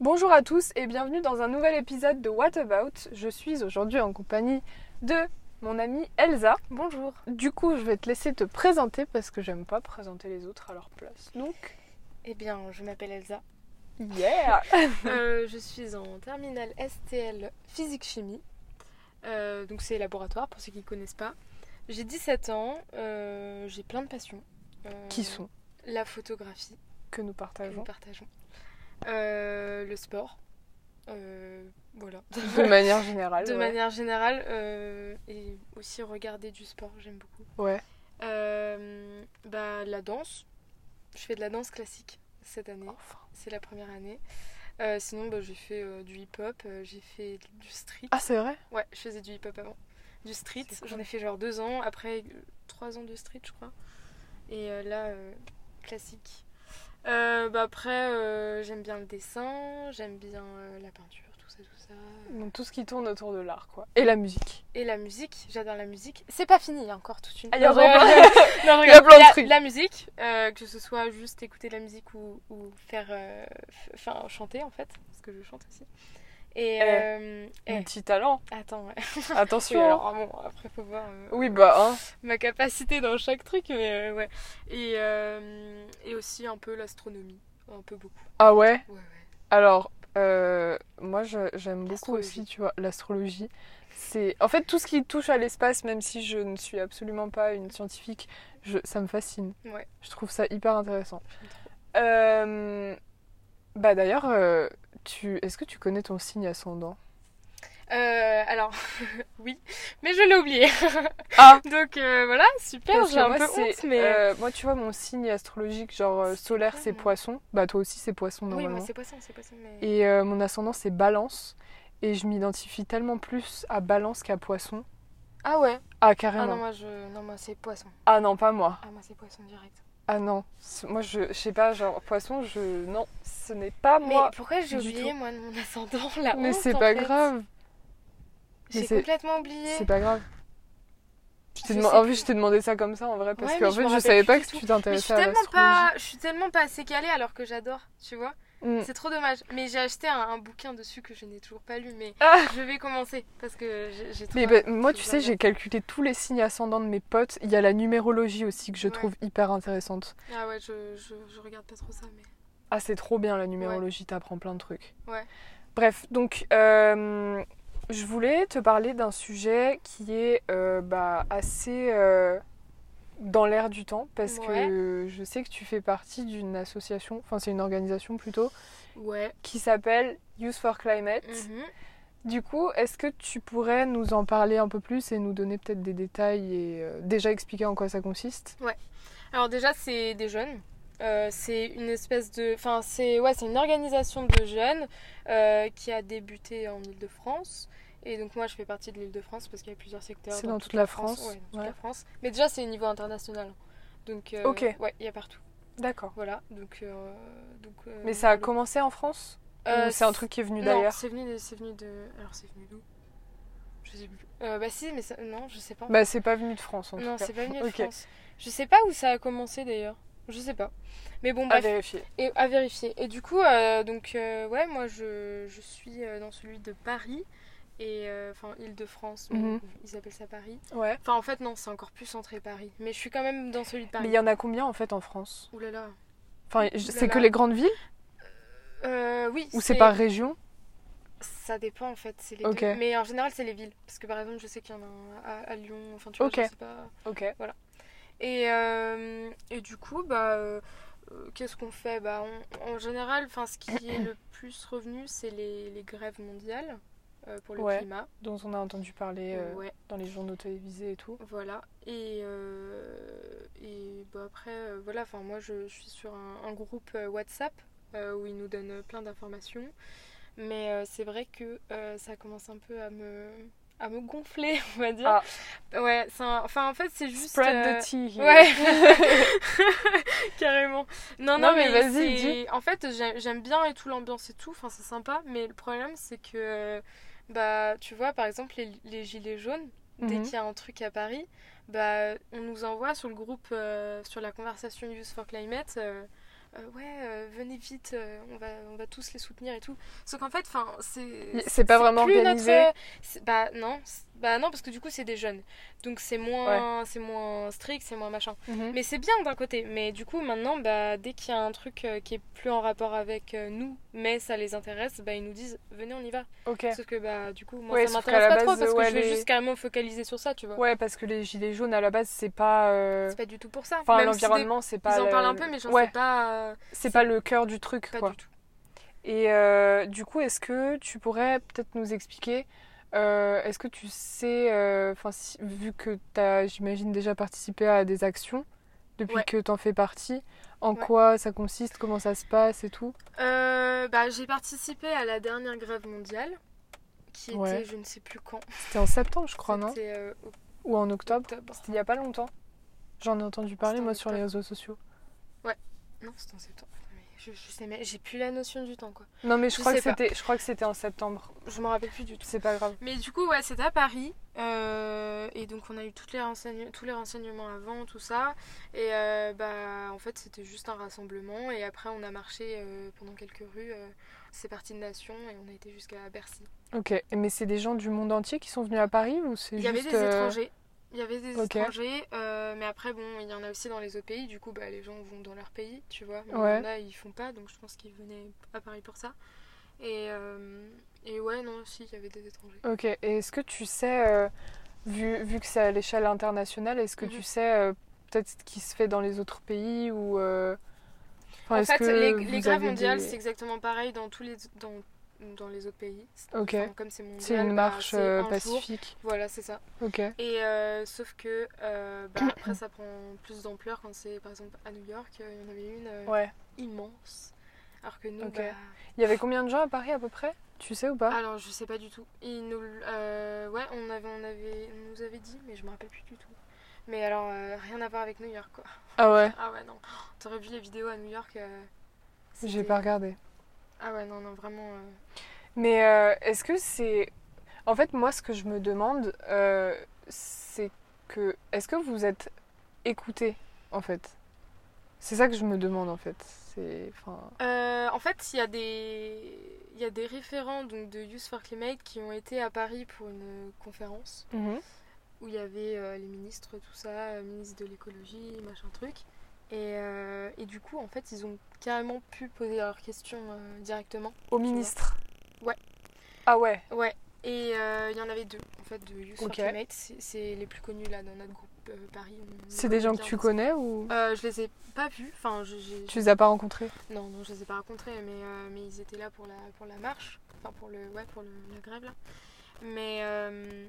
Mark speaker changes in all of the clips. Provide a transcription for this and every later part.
Speaker 1: Bonjour à tous et bienvenue dans un nouvel épisode de What About. Je suis aujourd'hui en compagnie de mon amie Elsa.
Speaker 2: Bonjour.
Speaker 1: Du coup, je vais te laisser te présenter parce que j'aime pas présenter les autres à leur place. Donc,
Speaker 2: Eh bien, je m'appelle Elsa.
Speaker 1: yeah
Speaker 2: Euh, je suis en terminale STL physique-chimie. Euh, donc c'est laboratoire pour ceux qui ne connaissent pas. J'ai 17 ans, euh, j'ai plein de passions. Euh,
Speaker 1: Qui sont
Speaker 2: La photographie
Speaker 1: que nous
Speaker 2: que nous
Speaker 1: partageons
Speaker 2: partageons. Euh, le sport. Euh, voilà.
Speaker 1: de manière générale.
Speaker 2: De
Speaker 1: ouais.
Speaker 2: manière générale. euh, et aussi regarder du sport, j'aime beaucoup.
Speaker 1: Ouais.
Speaker 2: Euh, bah, la danse. Je fais de la danse classique cette année.
Speaker 1: Enfin.
Speaker 2: C'est la première année. Euh, sinon, bah, j'ai fait euh, du hip-hop, euh, j'ai fait du street.
Speaker 1: Ah, c'est vrai
Speaker 2: Ouais, je faisais du hip-hop avant. Du street,
Speaker 1: C'est cool.
Speaker 2: j'en ai fait genre deux ans, après euh, trois ans de street, je crois. Et euh, là, euh, classique. Euh, bah, après, euh, j'aime bien le dessin, j'aime bien euh, la peinture, tout ça, tout ça.
Speaker 1: Donc, tout ce qui tourne autour de l'art, quoi. Et la musique.
Speaker 2: Et la musique, j'adore la musique. C'est pas fini, il y a encore toute une.
Speaker 1: Ah, il y a
Speaker 2: Non, je
Speaker 1: encore-
Speaker 2: rigole. Non, je
Speaker 1: Il y a
Speaker 2: rigole.
Speaker 1: plein de
Speaker 2: Il y a
Speaker 1: trucs.
Speaker 2: La musique, euh, que ce soit juste écouter de la musique ou, ou faire. euh, f- Enfin, chanter en fait, parce que je chante aussi. Et.
Speaker 1: Eh.
Speaker 2: euh, eh,
Speaker 1: Multi-talent.
Speaker 2: attends, ouais.
Speaker 1: Attention.
Speaker 2: Oui, alors, ah bon, après, faut voir euh,
Speaker 1: Oui, bah, hein.
Speaker 2: ma capacité dans chaque truc, mais euh, ouais. Et, euh, et aussi un peu l'astronomie, un peu beaucoup.
Speaker 1: Ah ouais
Speaker 2: Ouais, ouais.
Speaker 1: Alors, euh, moi, je- j'aime beaucoup
Speaker 2: L'astrologie.
Speaker 1: aussi, tu vois, l'astrologie. C'est, en fait, tout ce qui touche à l'espace, même si je ne suis absolument pas une scientifique, je- ça me fascine.
Speaker 2: Ouais.
Speaker 1: Je trouve ça hyper intéressant.
Speaker 2: J'aime trop.
Speaker 1: Euh, bah d'ailleurs, euh, tu, est-ce que tu connais ton signe ascendant
Speaker 2: Euh, alors, oui, mais je l'ai oublié.
Speaker 1: Ah.
Speaker 2: Donc euh, voilà, super,
Speaker 1: Parce que
Speaker 2: j'ai un
Speaker 1: moi,
Speaker 2: peu
Speaker 1: c'est,
Speaker 2: honte, mais.
Speaker 1: euh, moi, tu vois, mon signe astrologique, genre euh,
Speaker 2: C'est
Speaker 1: solaire,
Speaker 2: quoi,
Speaker 1: c'est
Speaker 2: moi
Speaker 1: poisson. Bah toi aussi, c'est poisson
Speaker 2: oui,
Speaker 1: normalement.
Speaker 2: moi c'est poisson, c'est poisson, mais.
Speaker 1: Et euh, mon ascendant, c'est balance. Et je m'identifie tellement plus à balance qu'à poisson.
Speaker 2: Ah ouais
Speaker 1: Ah,
Speaker 2: Ah
Speaker 1: carrément.
Speaker 2: non, moi, je... non, moi c'est poisson.
Speaker 1: Ah non, pas moi.
Speaker 2: Ah, moi c'est poisson direct.
Speaker 1: Ah non, C'est- moi je, je sais pas, genre poisson, je. Non, ce n'est pas
Speaker 2: Mais
Speaker 1: moi.
Speaker 2: pourquoi j'ai
Speaker 1: du
Speaker 2: oublié,
Speaker 1: tout.
Speaker 2: moi, de mon ascendant là
Speaker 1: Mais c'est pas grave, mais
Speaker 2: J'ai
Speaker 1: c'est-
Speaker 2: complètement oublié.
Speaker 1: c'est pas grave. Je t'ai
Speaker 2: Je
Speaker 1: deman-
Speaker 2: sais
Speaker 1: En fait,
Speaker 2: plus.
Speaker 1: je t'ai demandé ça comme ça en vrai, parce
Speaker 2: Ouais,
Speaker 1: qu'en
Speaker 2: mais je
Speaker 1: fait,
Speaker 2: me
Speaker 1: je
Speaker 2: rappelle
Speaker 1: savais
Speaker 2: plus
Speaker 1: pas
Speaker 2: du
Speaker 1: que
Speaker 2: tout.
Speaker 1: tu
Speaker 2: Mais je suis
Speaker 1: t'intéressais à
Speaker 2: tellement
Speaker 1: l'astrologie.
Speaker 2: pas, je suis tellement pas assez calée alors que j'adore, tu vois.
Speaker 1: Mm.
Speaker 2: C'est trop dommage. Mais j'ai acheté un, un bouquin dessus que je n'ai toujours pas lu, mais
Speaker 1: Ah.
Speaker 2: je vais commencer parce que j'ai- j'ai trop.
Speaker 1: Mais
Speaker 2: hâte.
Speaker 1: bah, moi,
Speaker 2: Je
Speaker 1: tu
Speaker 2: vais
Speaker 1: sais, j'ai calculé tous les signes ascendants de mes potes. Il y a la numérologie aussi que je
Speaker 2: Ouais.
Speaker 1: trouve hyper intéressante.
Speaker 2: regarder. Ah ouais, je, je, je regarde pas trop ça, mais.
Speaker 1: Ah, c'est trop bien la numérologie, t'apprends plein de trucs.
Speaker 2: Ouais.
Speaker 1: Bref, donc euh, je voulais te parler d'un sujet qui est euh, bah, assez euh, dans l'air du temps parce que je sais que tu fais partie d'une association, enfin c'est une organisation plutôt,
Speaker 2: Ouais.
Speaker 1: qui s'appelle Youth for Climate.
Speaker 2: Mhm.
Speaker 1: Du coup, est-ce que tu pourrais nous en parler un peu plus et nous donner peut-être des détails et euh, déjà expliquer en quoi ça consiste
Speaker 2: Alors déjà, c'est des jeunes. Euh, c'est une espèce de, enfin c'est ouais, c'est une organisation de jeunes euh, qui a débuté en Île-de-France. Et donc moi, je fais partie de l'Île-de-France parce qu'il y a plusieurs secteurs.
Speaker 1: C'est dans toute la France,
Speaker 2: ouais, dans toute
Speaker 1: ouais.
Speaker 2: la France. Mais déjà, c'est au niveau international. Donc euh,
Speaker 1: Ok.
Speaker 2: ouais, il y a partout.
Speaker 1: D'accord.
Speaker 2: Voilà. Donc euh, donc. euh,
Speaker 1: Mais ça a
Speaker 2: le-
Speaker 1: commencé en France
Speaker 2: Euh,
Speaker 1: Ou c'est un truc qui est venu
Speaker 2: non,
Speaker 1: d'ailleurs
Speaker 2: C'est venu, de- c'est venu de. Alors c'est venu d'où Je sais plus. Euh, bah si, mais ça... non, je sais pas.
Speaker 1: Bah, c'est pas venu de France en
Speaker 2: non,
Speaker 1: tout cas.
Speaker 2: c'est pas venu de
Speaker 1: Ok.
Speaker 2: France. Je sais pas où ça a commencé d'ailleurs. Je sais pas. Mais bon,
Speaker 1: À
Speaker 2: bref,
Speaker 1: vérifier.
Speaker 2: et à vérifier. Et du coup, euh, donc, euh, ouais, moi je, je suis euh, dans celui de Paris, et euh, enfin, Île-de-France, mais
Speaker 1: Mhm.
Speaker 2: ils appellent ça Paris.
Speaker 1: Ouais.
Speaker 2: Enfin, en fait, non, c'est encore plus centré Paris, mais je suis quand même dans celui de
Speaker 1: Mais
Speaker 2: Paris.
Speaker 1: il y en a combien en fait en France
Speaker 2: Ouh là là.
Speaker 1: Enfin, je-
Speaker 2: Oulala.
Speaker 1: c'est que les grandes villes
Speaker 2: Euh, oui,
Speaker 1: ou c'est par région
Speaker 2: Ça dépend en fait, c'est les
Speaker 1: Ok.
Speaker 2: deux. Mais en général, c'est les villes. Parce que par exemple, je sais qu'il y en a un à, à Lyon, enfin tu vois,
Speaker 1: Ok.
Speaker 2: je sais pas.
Speaker 1: Ok.
Speaker 2: Et, euh, et du coup, bah, euh, euh, qu'est-ce qu'on fait bah, on- En général, enfin, ce qui est le plus revenu, c'est les, les grèves mondiales euh, pour le
Speaker 1: Ouais.
Speaker 2: climat.
Speaker 1: Dont on a entendu parler euh,
Speaker 2: Ouais,
Speaker 1: dans les journaux télévisés et tout.
Speaker 2: voilà. Et, euh, et bah, après, euh, voilà, enfin, moi je, je suis sur un, un groupe euh, WhatsApp euh, où ils nous donnent euh, plein d'informations. Mais euh, c'est vrai que euh, ça commence un peu à me, à me gonfler, on va dire. Ouais, c'est un- enfin en fait c'est juste...
Speaker 1: Ah. Spread
Speaker 2: euh,
Speaker 1: the tea. here.
Speaker 2: Ouais, carrément. Non, non,
Speaker 1: Non, mais
Speaker 2: mais,
Speaker 1: vas-y,
Speaker 2: c'est- En fait, j'ai- j'aime bien et tout l'ambiance et tout, enfin, c'est sympa, mais le problème, c'est que, euh, bah, tu vois, par exemple, les, les gilets jaunes, dès
Speaker 1: Mhm.
Speaker 2: qu'il y a un truc à Paris, bah, on nous envoie sur le groupe, euh, sur la conversation Use for Climate, euh, euh, ouais, euh, venez vite, euh, on, va, on va tous les soutenir et tout. Sauf qu'en fait, enfin, c'est.
Speaker 1: C'est pas vraiment
Speaker 2: plus
Speaker 1: organisé.
Speaker 2: notre- c'est- Bah non, c'est- bah non, parce que du coup, c'est des jeunes. Donc c'est moins, c'est moins strict, c'est moins machin.
Speaker 1: Mhm.
Speaker 2: Mais c'est bien d'un côté. Mais du coup, maintenant, bah, dès qu'il y a un truc euh, qui est plus en rapport avec euh, nous, mais ça les intéresse, bah, ils nous disent venez, on y va.
Speaker 1: Ok.
Speaker 2: Sauf que bah, du coup, moi,
Speaker 1: Ouais,
Speaker 2: ça
Speaker 1: sauf qu'à la
Speaker 2: m'intéresse pas trop
Speaker 1: base,
Speaker 2: parce que
Speaker 1: ouais,
Speaker 2: je vais
Speaker 1: les-
Speaker 2: juste carrément me focaliser sur ça, tu vois.
Speaker 1: Ouais, parce que les gilets jaunes à la base, c'est pas. euh,
Speaker 2: C'est pas du tout pour ça.
Speaker 1: Enfin,
Speaker 2: Même si des-
Speaker 1: l'environnement, c'est pas.
Speaker 2: Ils en
Speaker 1: la-
Speaker 2: parlent un peu, mais j'en
Speaker 1: Ouais,
Speaker 2: sais pas, euh,
Speaker 1: c'est pas le cœur du truc,
Speaker 2: pas
Speaker 1: quoi.
Speaker 2: du tout.
Speaker 1: Et euh, du coup, est-ce que tu pourrais peut-être nous expliquer, euh, est-ce que tu sais, euh, 'fin, si- vu que tu as, j'imagine, déjà participé à des actions depuis
Speaker 2: Ouais.
Speaker 1: que tu en fais partie, en
Speaker 2: Ouais.
Speaker 1: quoi ça consiste, comment ça se passe et tout
Speaker 2: Euh, bah, j'ai participé à la dernière grève mondiale, qui était
Speaker 1: Ouais.
Speaker 2: je ne sais plus quand.
Speaker 1: C'était en septembre, je crois, non
Speaker 2: C'était euh, au-
Speaker 1: Ou en octobre
Speaker 2: octobre.
Speaker 1: C'était il y a pas longtemps. J'en ai entendu parler,
Speaker 2: C'était en
Speaker 1: moi, sur les
Speaker 2: octobre.
Speaker 1: réseaux sociaux.
Speaker 2: Non, c'était en septembre. Attends, mais Je, je sais, mais j'ai plus la notion du temps, quoi.
Speaker 1: Non, mais je,
Speaker 2: Je
Speaker 1: crois que
Speaker 2: sais pas.
Speaker 1: c'était, je crois que c'était en septembre.
Speaker 2: Je m'en rappelle plus du tout.
Speaker 1: C'est pas grave.
Speaker 2: Mais du coup, ouais, c'était à Paris. euh, et donc, on a eu toutes les renseign- tous les renseignements avant, tout ça. Et euh, bah, en fait, c'était juste un rassemblement. Et après, on a marché euh, pendant quelques rues. euh, c'est parti de Nation et on a été jusqu'à Bercy.
Speaker 1: Ok, mais c'est des gens du monde entier qui sont venus à Paris ou c'est
Speaker 2: Il y avait
Speaker 1: juste
Speaker 2: des
Speaker 1: euh,
Speaker 2: étrangers. Il y avait des
Speaker 1: ok.
Speaker 2: étrangers, euh, mais après, bon, il y en a aussi dans les autres pays. Du coup, bah, les gens vont dans leur pays, tu vois. Mais
Speaker 1: Ouais.
Speaker 2: il y en a, ils font pas, donc je pense qu'ils venaient à Paris pour ça. Et, euh, et ouais, non, si, il y avait des étrangers.
Speaker 1: Ok, et est-ce que tu sais, euh, vu, vu que c'est à l'échelle internationale, est-ce que tu
Speaker 2: Mhm.
Speaker 1: sais euh, peut-être ce qui se fait dans les autres pays ou euh, enfin,
Speaker 2: en
Speaker 1: est-ce
Speaker 2: fait,
Speaker 1: que
Speaker 2: les,
Speaker 1: vous
Speaker 2: les grèves
Speaker 1: avez
Speaker 2: mondiales,
Speaker 1: des-
Speaker 2: c'est exactement pareil dans tous les dans, dans les autres pays.
Speaker 1: Ok.
Speaker 2: Enfin, comme c'est mondial,
Speaker 1: c'est une
Speaker 2: bah,
Speaker 1: marche
Speaker 2: c'est
Speaker 1: euh,
Speaker 2: un jour.
Speaker 1: pacifique.
Speaker 2: Voilà, c'est ça.
Speaker 1: Ok,
Speaker 2: Et euh, sauf que euh, bah, après, ça prend plus d'ampleur quand c'est par exemple à New York. euh, Il y en avait une euh,
Speaker 1: ouais.
Speaker 2: immense. Alors que nous,
Speaker 1: Ok.
Speaker 2: bah,
Speaker 1: Il y avait combien de gens à Paris à peu près? Tu sais ou pas?
Speaker 2: Alors je sais pas du tout. Il nous, euh, ouais, on avait, on avait, on nous avait dit, mais je me rappelle plus du tout. Mais alors euh, rien à voir avec New York quoi.
Speaker 1: Ah ouais,
Speaker 2: Ah ouais non. T'aurais vu les vidéos à New York. euh,
Speaker 1: j'ai
Speaker 2: c'était-
Speaker 1: pas regardé.
Speaker 2: Ah ouais non non vraiment. euh,
Speaker 1: Mais euh, est-ce que c'est... En fait, moi, ce que je me demande, euh, c'est que... Est-ce que vous êtes écouté, en fait? C'est ça que je me demande, en fait. C'est... Enfin...
Speaker 2: Euh, en fait, il y a des il y a des référents donc de Youth for Climate qui ont été à Paris pour une conférence où il y avait euh, les ministres tout ça, euh, ministre de l'écologie machin truc. Et, euh, et du coup en fait ils ont carrément pu poser leurs questions euh, directement.
Speaker 1: Au
Speaker 2: Tu vois.
Speaker 1: ministre.
Speaker 2: Ouais.
Speaker 1: Ah ouais.
Speaker 2: Ouais, et euh, il y en avait deux, en fait, de Youth
Speaker 1: Ok.
Speaker 2: for Climate. C'est- C'est les plus connus, là, dans notre groupe euh, Paris. On- on
Speaker 1: C'est des gens que
Speaker 2: bien
Speaker 1: tu
Speaker 2: ensemble.
Speaker 1: connais ou
Speaker 2: Euh, Je les ai pas vus, enfin, je- j'ai...
Speaker 1: tu les as pas rencontrés
Speaker 2: Non, non, je les ai pas rencontrés, mais, euh, mais ils étaient là pour la, pour la marche, enfin, pour, le, ouais, pour le- la grève, là. Mais, euh,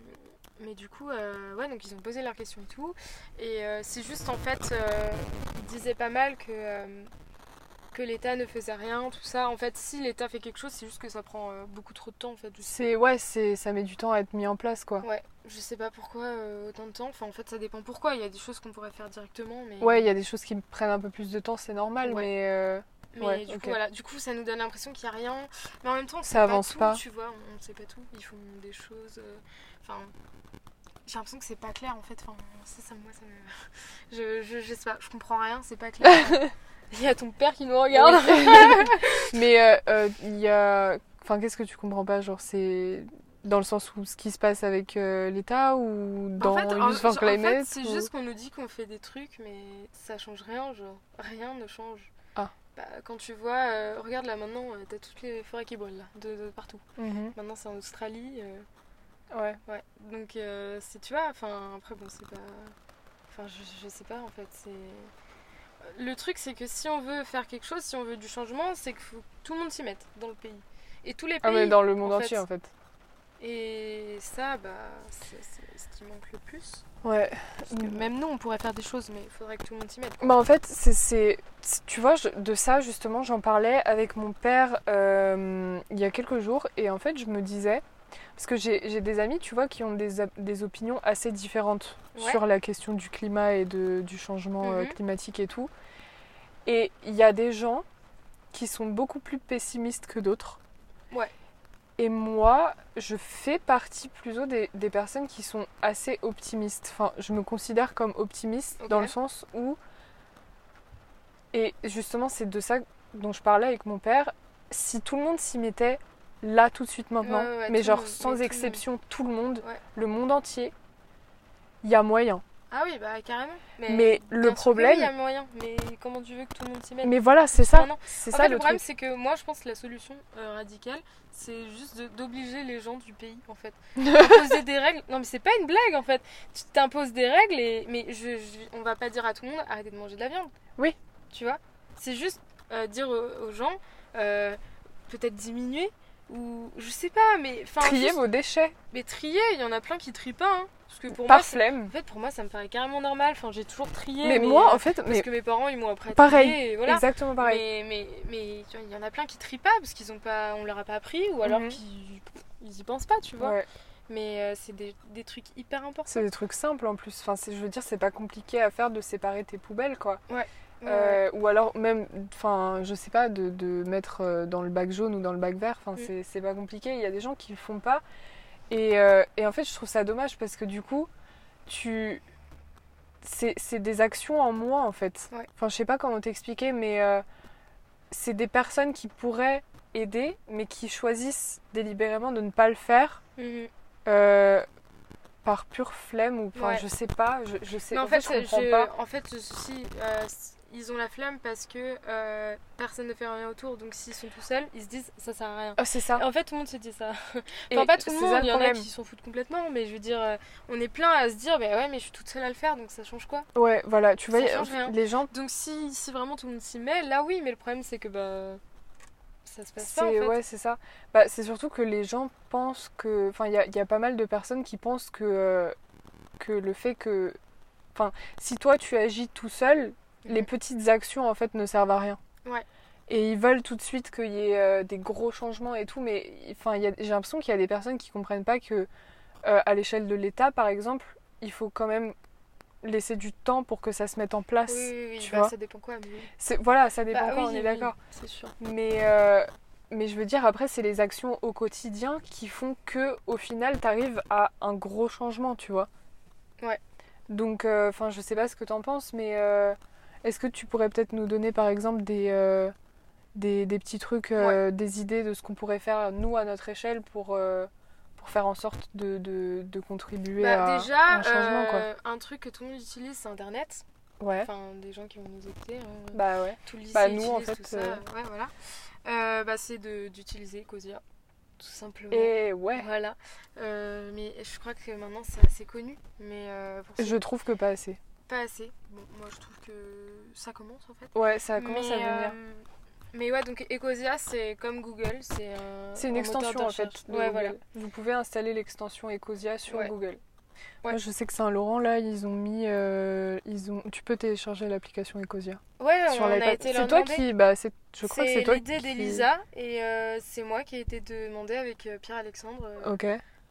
Speaker 2: mais du coup, euh, ouais, donc ils ont posé leurs questions et tout. Et euh, c'est juste, en fait, euh, ils disaient pas mal que... euh, que l'État ne faisait rien, tout ça. En fait, si l'État fait quelque chose, c'est juste que ça prend euh, beaucoup trop de temps, en fait. Je sais
Speaker 1: C'est ouais, c'est ça met du temps à être mis en place quoi.
Speaker 2: Ouais, je sais pas pourquoi euh, autant de temps. Enfin, en fait, ça dépend pourquoi. Il y a des choses qu'on pourrait faire directement, mais,
Speaker 1: Ouais, il y a des choses qui me prennent un peu plus de temps, c'est normal,
Speaker 2: Ouais.
Speaker 1: mais euh,
Speaker 2: mais
Speaker 1: ouais,
Speaker 2: du,
Speaker 1: ok.
Speaker 2: coup, voilà. du coup, ça nous donne l'impression qu'il n'y a rien. Mais en même temps, on
Speaker 1: Ça
Speaker 2: sait
Speaker 1: avance
Speaker 2: tout,
Speaker 1: pas.
Speaker 2: Tu vois, on ne sait pas tout. Ils font des choses. euh, Enfin, j'ai l'impression que c'est pas clair en fait. Enfin, ça, ça, moi, ça me. Je, je, je sais pas, je comprends rien, c'est pas clair. Il y a ton père qui nous regarde.
Speaker 1: mais euh, euh, il y a enfin qu'est-ce que tu comprends pas genre c'est dans le sens où ce qui se passe avec euh, l'État ou dans
Speaker 2: en fait, en-
Speaker 1: Youth for
Speaker 2: en fait,
Speaker 1: Climate
Speaker 2: c'est
Speaker 1: ou-
Speaker 2: juste qu'on nous dit qu'on fait des trucs, mais ça change rien, genre. Rien ne change.
Speaker 1: Ah.
Speaker 2: Bah, quand tu vois, euh, regarde là maintenant, euh, t'as toutes les forêts qui brûlent là, de, de partout.
Speaker 1: Mhm.
Speaker 2: Maintenant c'est en Australie, euh,
Speaker 1: Ouais.
Speaker 2: ouais. Donc euh, c'est, tu vois, enfin après bon c'est pas, enfin je, je sais pas en fait c'est. Le truc c'est que si on veut faire quelque chose, si on veut du changement, c'est que faut- tout le monde s'y mette dans le pays. Et tous les pays.
Speaker 1: Ah mais dans le monde
Speaker 2: en fait.
Speaker 1: entier en fait.
Speaker 2: Et ça, bah, c'est, c'est ce qui manque le plus.
Speaker 1: Ouais.
Speaker 2: Parce
Speaker 1: Mm.
Speaker 2: que même nous, on pourrait faire des choses, mais il faudrait que tout le monde s'y mette.
Speaker 1: Bah en fait, c'est, c'est- c'est- tu vois, je- de ça justement, j'en parlais avec mon père euh, il y a quelques jours et en fait, je me disais, parce que j'ai, j'ai des amis, tu vois, qui ont des, op- des opinions assez différentes
Speaker 2: Ouais.
Speaker 1: sur la question du climat et de- du changement euh,
Speaker 2: Mhm.
Speaker 1: climatique et tout. Et il y a des gens qui sont beaucoup plus pessimistes que d'autres.
Speaker 2: Ouais.
Speaker 1: Et moi, je fais partie plutôt des, des personnes qui sont assez optimistes. Enfin, je me considère comme optimiste dans
Speaker 2: Ok.
Speaker 1: le sens où Et justement, c'est de ça dont je parlais avec mon père. Si tout le monde s'y mettait là tout de suite maintenant,
Speaker 2: Ouais, ouais, ouais,
Speaker 1: mais
Speaker 2: tout
Speaker 1: genre
Speaker 2: le monde,
Speaker 1: sans
Speaker 2: mais tout le
Speaker 1: exception, tout le monde,
Speaker 2: Ouais.
Speaker 1: le monde entier, il y a moyen.
Speaker 2: Ah oui, bah carrément. Mais,
Speaker 1: Mais
Speaker 2: bien
Speaker 1: le
Speaker 2: sûr que oui,
Speaker 1: problème-
Speaker 2: Il y a moyen, mais comment tu veux que tout le monde s'y mette
Speaker 1: Mais voilà, c'est ça.
Speaker 2: Maintenant.
Speaker 1: C'est
Speaker 2: En
Speaker 1: ça
Speaker 2: fait,
Speaker 1: le
Speaker 2: le problème,
Speaker 1: truc.
Speaker 2: c'est que moi, je pense que la solution euh, radicale, c'est juste de- d'obliger les gens du pays, en fait. Imposer des règles. Non, mais c'est pas une blague, en fait. Tu t'imposes des règles, et... mais je, je- on va pas dire à tout le monde arrêtez de manger de la viande.
Speaker 1: Oui.
Speaker 2: Tu vois C'est juste euh, dire aux, aux gens euh, peut-être diminuer, ou je sais pas, mais. enfin,
Speaker 1: Trier
Speaker 2: juste-
Speaker 1: vos déchets.
Speaker 2: Mais trier, il y en a plein qui trient pas. hein. Parce que pour
Speaker 1: Par
Speaker 2: moi, c'est-
Speaker 1: flemme.
Speaker 2: en fait, pour moi, ça me paraît carrément normal. Enfin, j'ai toujours trié.
Speaker 1: Mais, moi, en fait,
Speaker 2: Parce
Speaker 1: mais
Speaker 2: que mes parents, ils m'ont appris à
Speaker 1: Pareil,
Speaker 2: trier, et voilà.
Speaker 1: exactement pareil.
Speaker 2: Mais, mais, mais tu vois, il y en a plein qui trient pas parce qu'ils ont pas, on leur a pas appris ou alors
Speaker 1: Mhm.
Speaker 2: qu'ils ils y pensent pas, tu vois.
Speaker 1: Ouais,
Speaker 2: Mais euh, c'est des, des trucs hyper importants.
Speaker 1: c'est des trucs simples en plus. Enfin, c'est- je veux dire, c'est pas compliqué à faire de séparer tes poubelles, quoi.
Speaker 2: Ouais, ouais.
Speaker 1: Euh, ou alors même, enfin, je sais pas, de, de mettre euh, dans le bac jaune ou dans le bac vert, enfin,
Speaker 2: Mm.
Speaker 1: c'est- c'est pas compliqué, il y a des gens qui le font pas. Et, euh, et en fait, je trouve ça dommage parce que du coup, tu. C'est c'est des actions en moins en fait.
Speaker 2: Ouais.
Speaker 1: Enfin, je sais pas comment t'expliquer, mais euh, c'est des personnes qui pourraient aider, mais qui choisissent délibérément de ne pas le faire
Speaker 2: Mhm.
Speaker 1: euh, par pure flemme ou. Enfin,
Speaker 2: Ouais.
Speaker 1: je sais pas, je, je sais
Speaker 2: Mais en,
Speaker 1: fait,
Speaker 2: fait,
Speaker 1: je comprends
Speaker 2: je-
Speaker 1: pas.
Speaker 2: en fait, si euh, s- ils ont la flemme parce que euh, personne ne fait rien autour, donc s'ils sont tout seuls, ils se disent Oh, ça sert à rien.
Speaker 1: Ah, c'est ça.
Speaker 2: En fait, tout le monde se dit ça.
Speaker 1: Et
Speaker 2: Enfin, pas tout le
Speaker 1: c'est ça
Speaker 2: monde, il y en a
Speaker 1: problème.
Speaker 2: qui s'en foutent complètement, mais je veux dire, euh, on est plein à se dire, bah ouais, mais je suis toute seule à le faire, donc ça change quoi
Speaker 1: Ouais, voilà, tu
Speaker 2: Ça
Speaker 1: vois,
Speaker 2: change rien.
Speaker 1: les gens,
Speaker 2: Donc si, si vraiment tout le monde s'y met, là oui, mais le problème c'est que bah ça se passe
Speaker 1: c'est
Speaker 2: pas en fait.
Speaker 1: ouais, c'est ça. Bah, c'est surtout que les gens pensent que, enfin, il y a, il y a pas mal de personnes qui pensent que euh, que le fait que, enfin, si toi tu agis tout seul,
Speaker 2: Mhm.
Speaker 1: les petites actions en fait ne servent à rien.
Speaker 2: Ouais.
Speaker 1: Et ils veulent tout de suite qu'il y ait euh, des gros changements et tout, mais enfin, il y a- j'ai l'impression qu'il y a des personnes qui comprennent pas que euh, à l'échelle de l'État, par exemple, il faut quand même laisser du temps pour que ça se mette en place.
Speaker 2: Oui, oui, oui,
Speaker 1: tu
Speaker 2: bah,
Speaker 1: vois.
Speaker 2: ça dépend quoi. Mais... oui.
Speaker 1: C'est voilà, ça dépend
Speaker 2: Bah
Speaker 1: quoi,
Speaker 2: oui,
Speaker 1: on est
Speaker 2: oui,
Speaker 1: d'accord.
Speaker 2: C'est sûr.
Speaker 1: Mais, euh, mais je veux dire, après, c'est les actions au quotidien qui font que, au final, t'arrives à un gros changement, tu vois.
Speaker 2: Ouais.
Speaker 1: Donc, euh, enfin, je sais pas ce que t'en penses, mais euh, est-ce que tu pourrais peut-être nous donner, par exemple, des, euh, des, des petits trucs, euh, des idées de ce qu'on pourrait faire, nous, à notre échelle, pour, euh, pour faire en sorte de, de, de contribuer
Speaker 2: Bah,
Speaker 1: à
Speaker 2: déjà,
Speaker 1: un changement,
Speaker 2: euh, un truc que tout le monde utilise, c'est Internet.
Speaker 1: quoi. Ouais.
Speaker 2: Enfin, des gens qui vont nous écouter. hein,
Speaker 1: Bah ouais.
Speaker 2: tout le lycée
Speaker 1: bah, nous, en
Speaker 2: utilise
Speaker 1: fait,
Speaker 2: tout ça.
Speaker 1: euh,
Speaker 2: Ouais, voilà. Euh, bah, c'est de- d'utiliser Cosia, tout simplement.
Speaker 1: Et ouais.
Speaker 2: Voilà. Euh, mais je crois que maintenant c'est assez connu, mais euh, pour ceux
Speaker 1: Je trouve que pas assez.
Speaker 2: pas assez. Bon, moi je trouve que ça commence en fait.
Speaker 1: Ouais, ça commence à
Speaker 2: Mais,
Speaker 1: venir.
Speaker 2: euh, mais ouais, donc Ecosia, c'est comme Google, c'est un.
Speaker 1: C'est une
Speaker 2: un moteur
Speaker 1: extension
Speaker 2: de
Speaker 1: en fait.
Speaker 2: recherche.
Speaker 1: de
Speaker 2: Ouais,
Speaker 1: Google.
Speaker 2: voilà.
Speaker 1: Vous pouvez installer l'extension Ecosia sur
Speaker 2: Ouais.
Speaker 1: Google.
Speaker 2: Ouais.
Speaker 1: Moi, je sais que Saint-Laurent, là, ils ont mis. euh, ils ont... Tu peux télécharger l'application Ecosia.
Speaker 2: Ouais,
Speaker 1: sur
Speaker 2: on a
Speaker 1: l'iPad.
Speaker 2: été leur
Speaker 1: C'est toi
Speaker 2: demander.
Speaker 1: qui. Bah, c'est... Je crois que c'est toi
Speaker 2: l'idée
Speaker 1: qui.
Speaker 2: d'Elisa et euh, c'est moi qui ai été demandé avec euh, Pierre-Alexandre euh,
Speaker 1: Ok.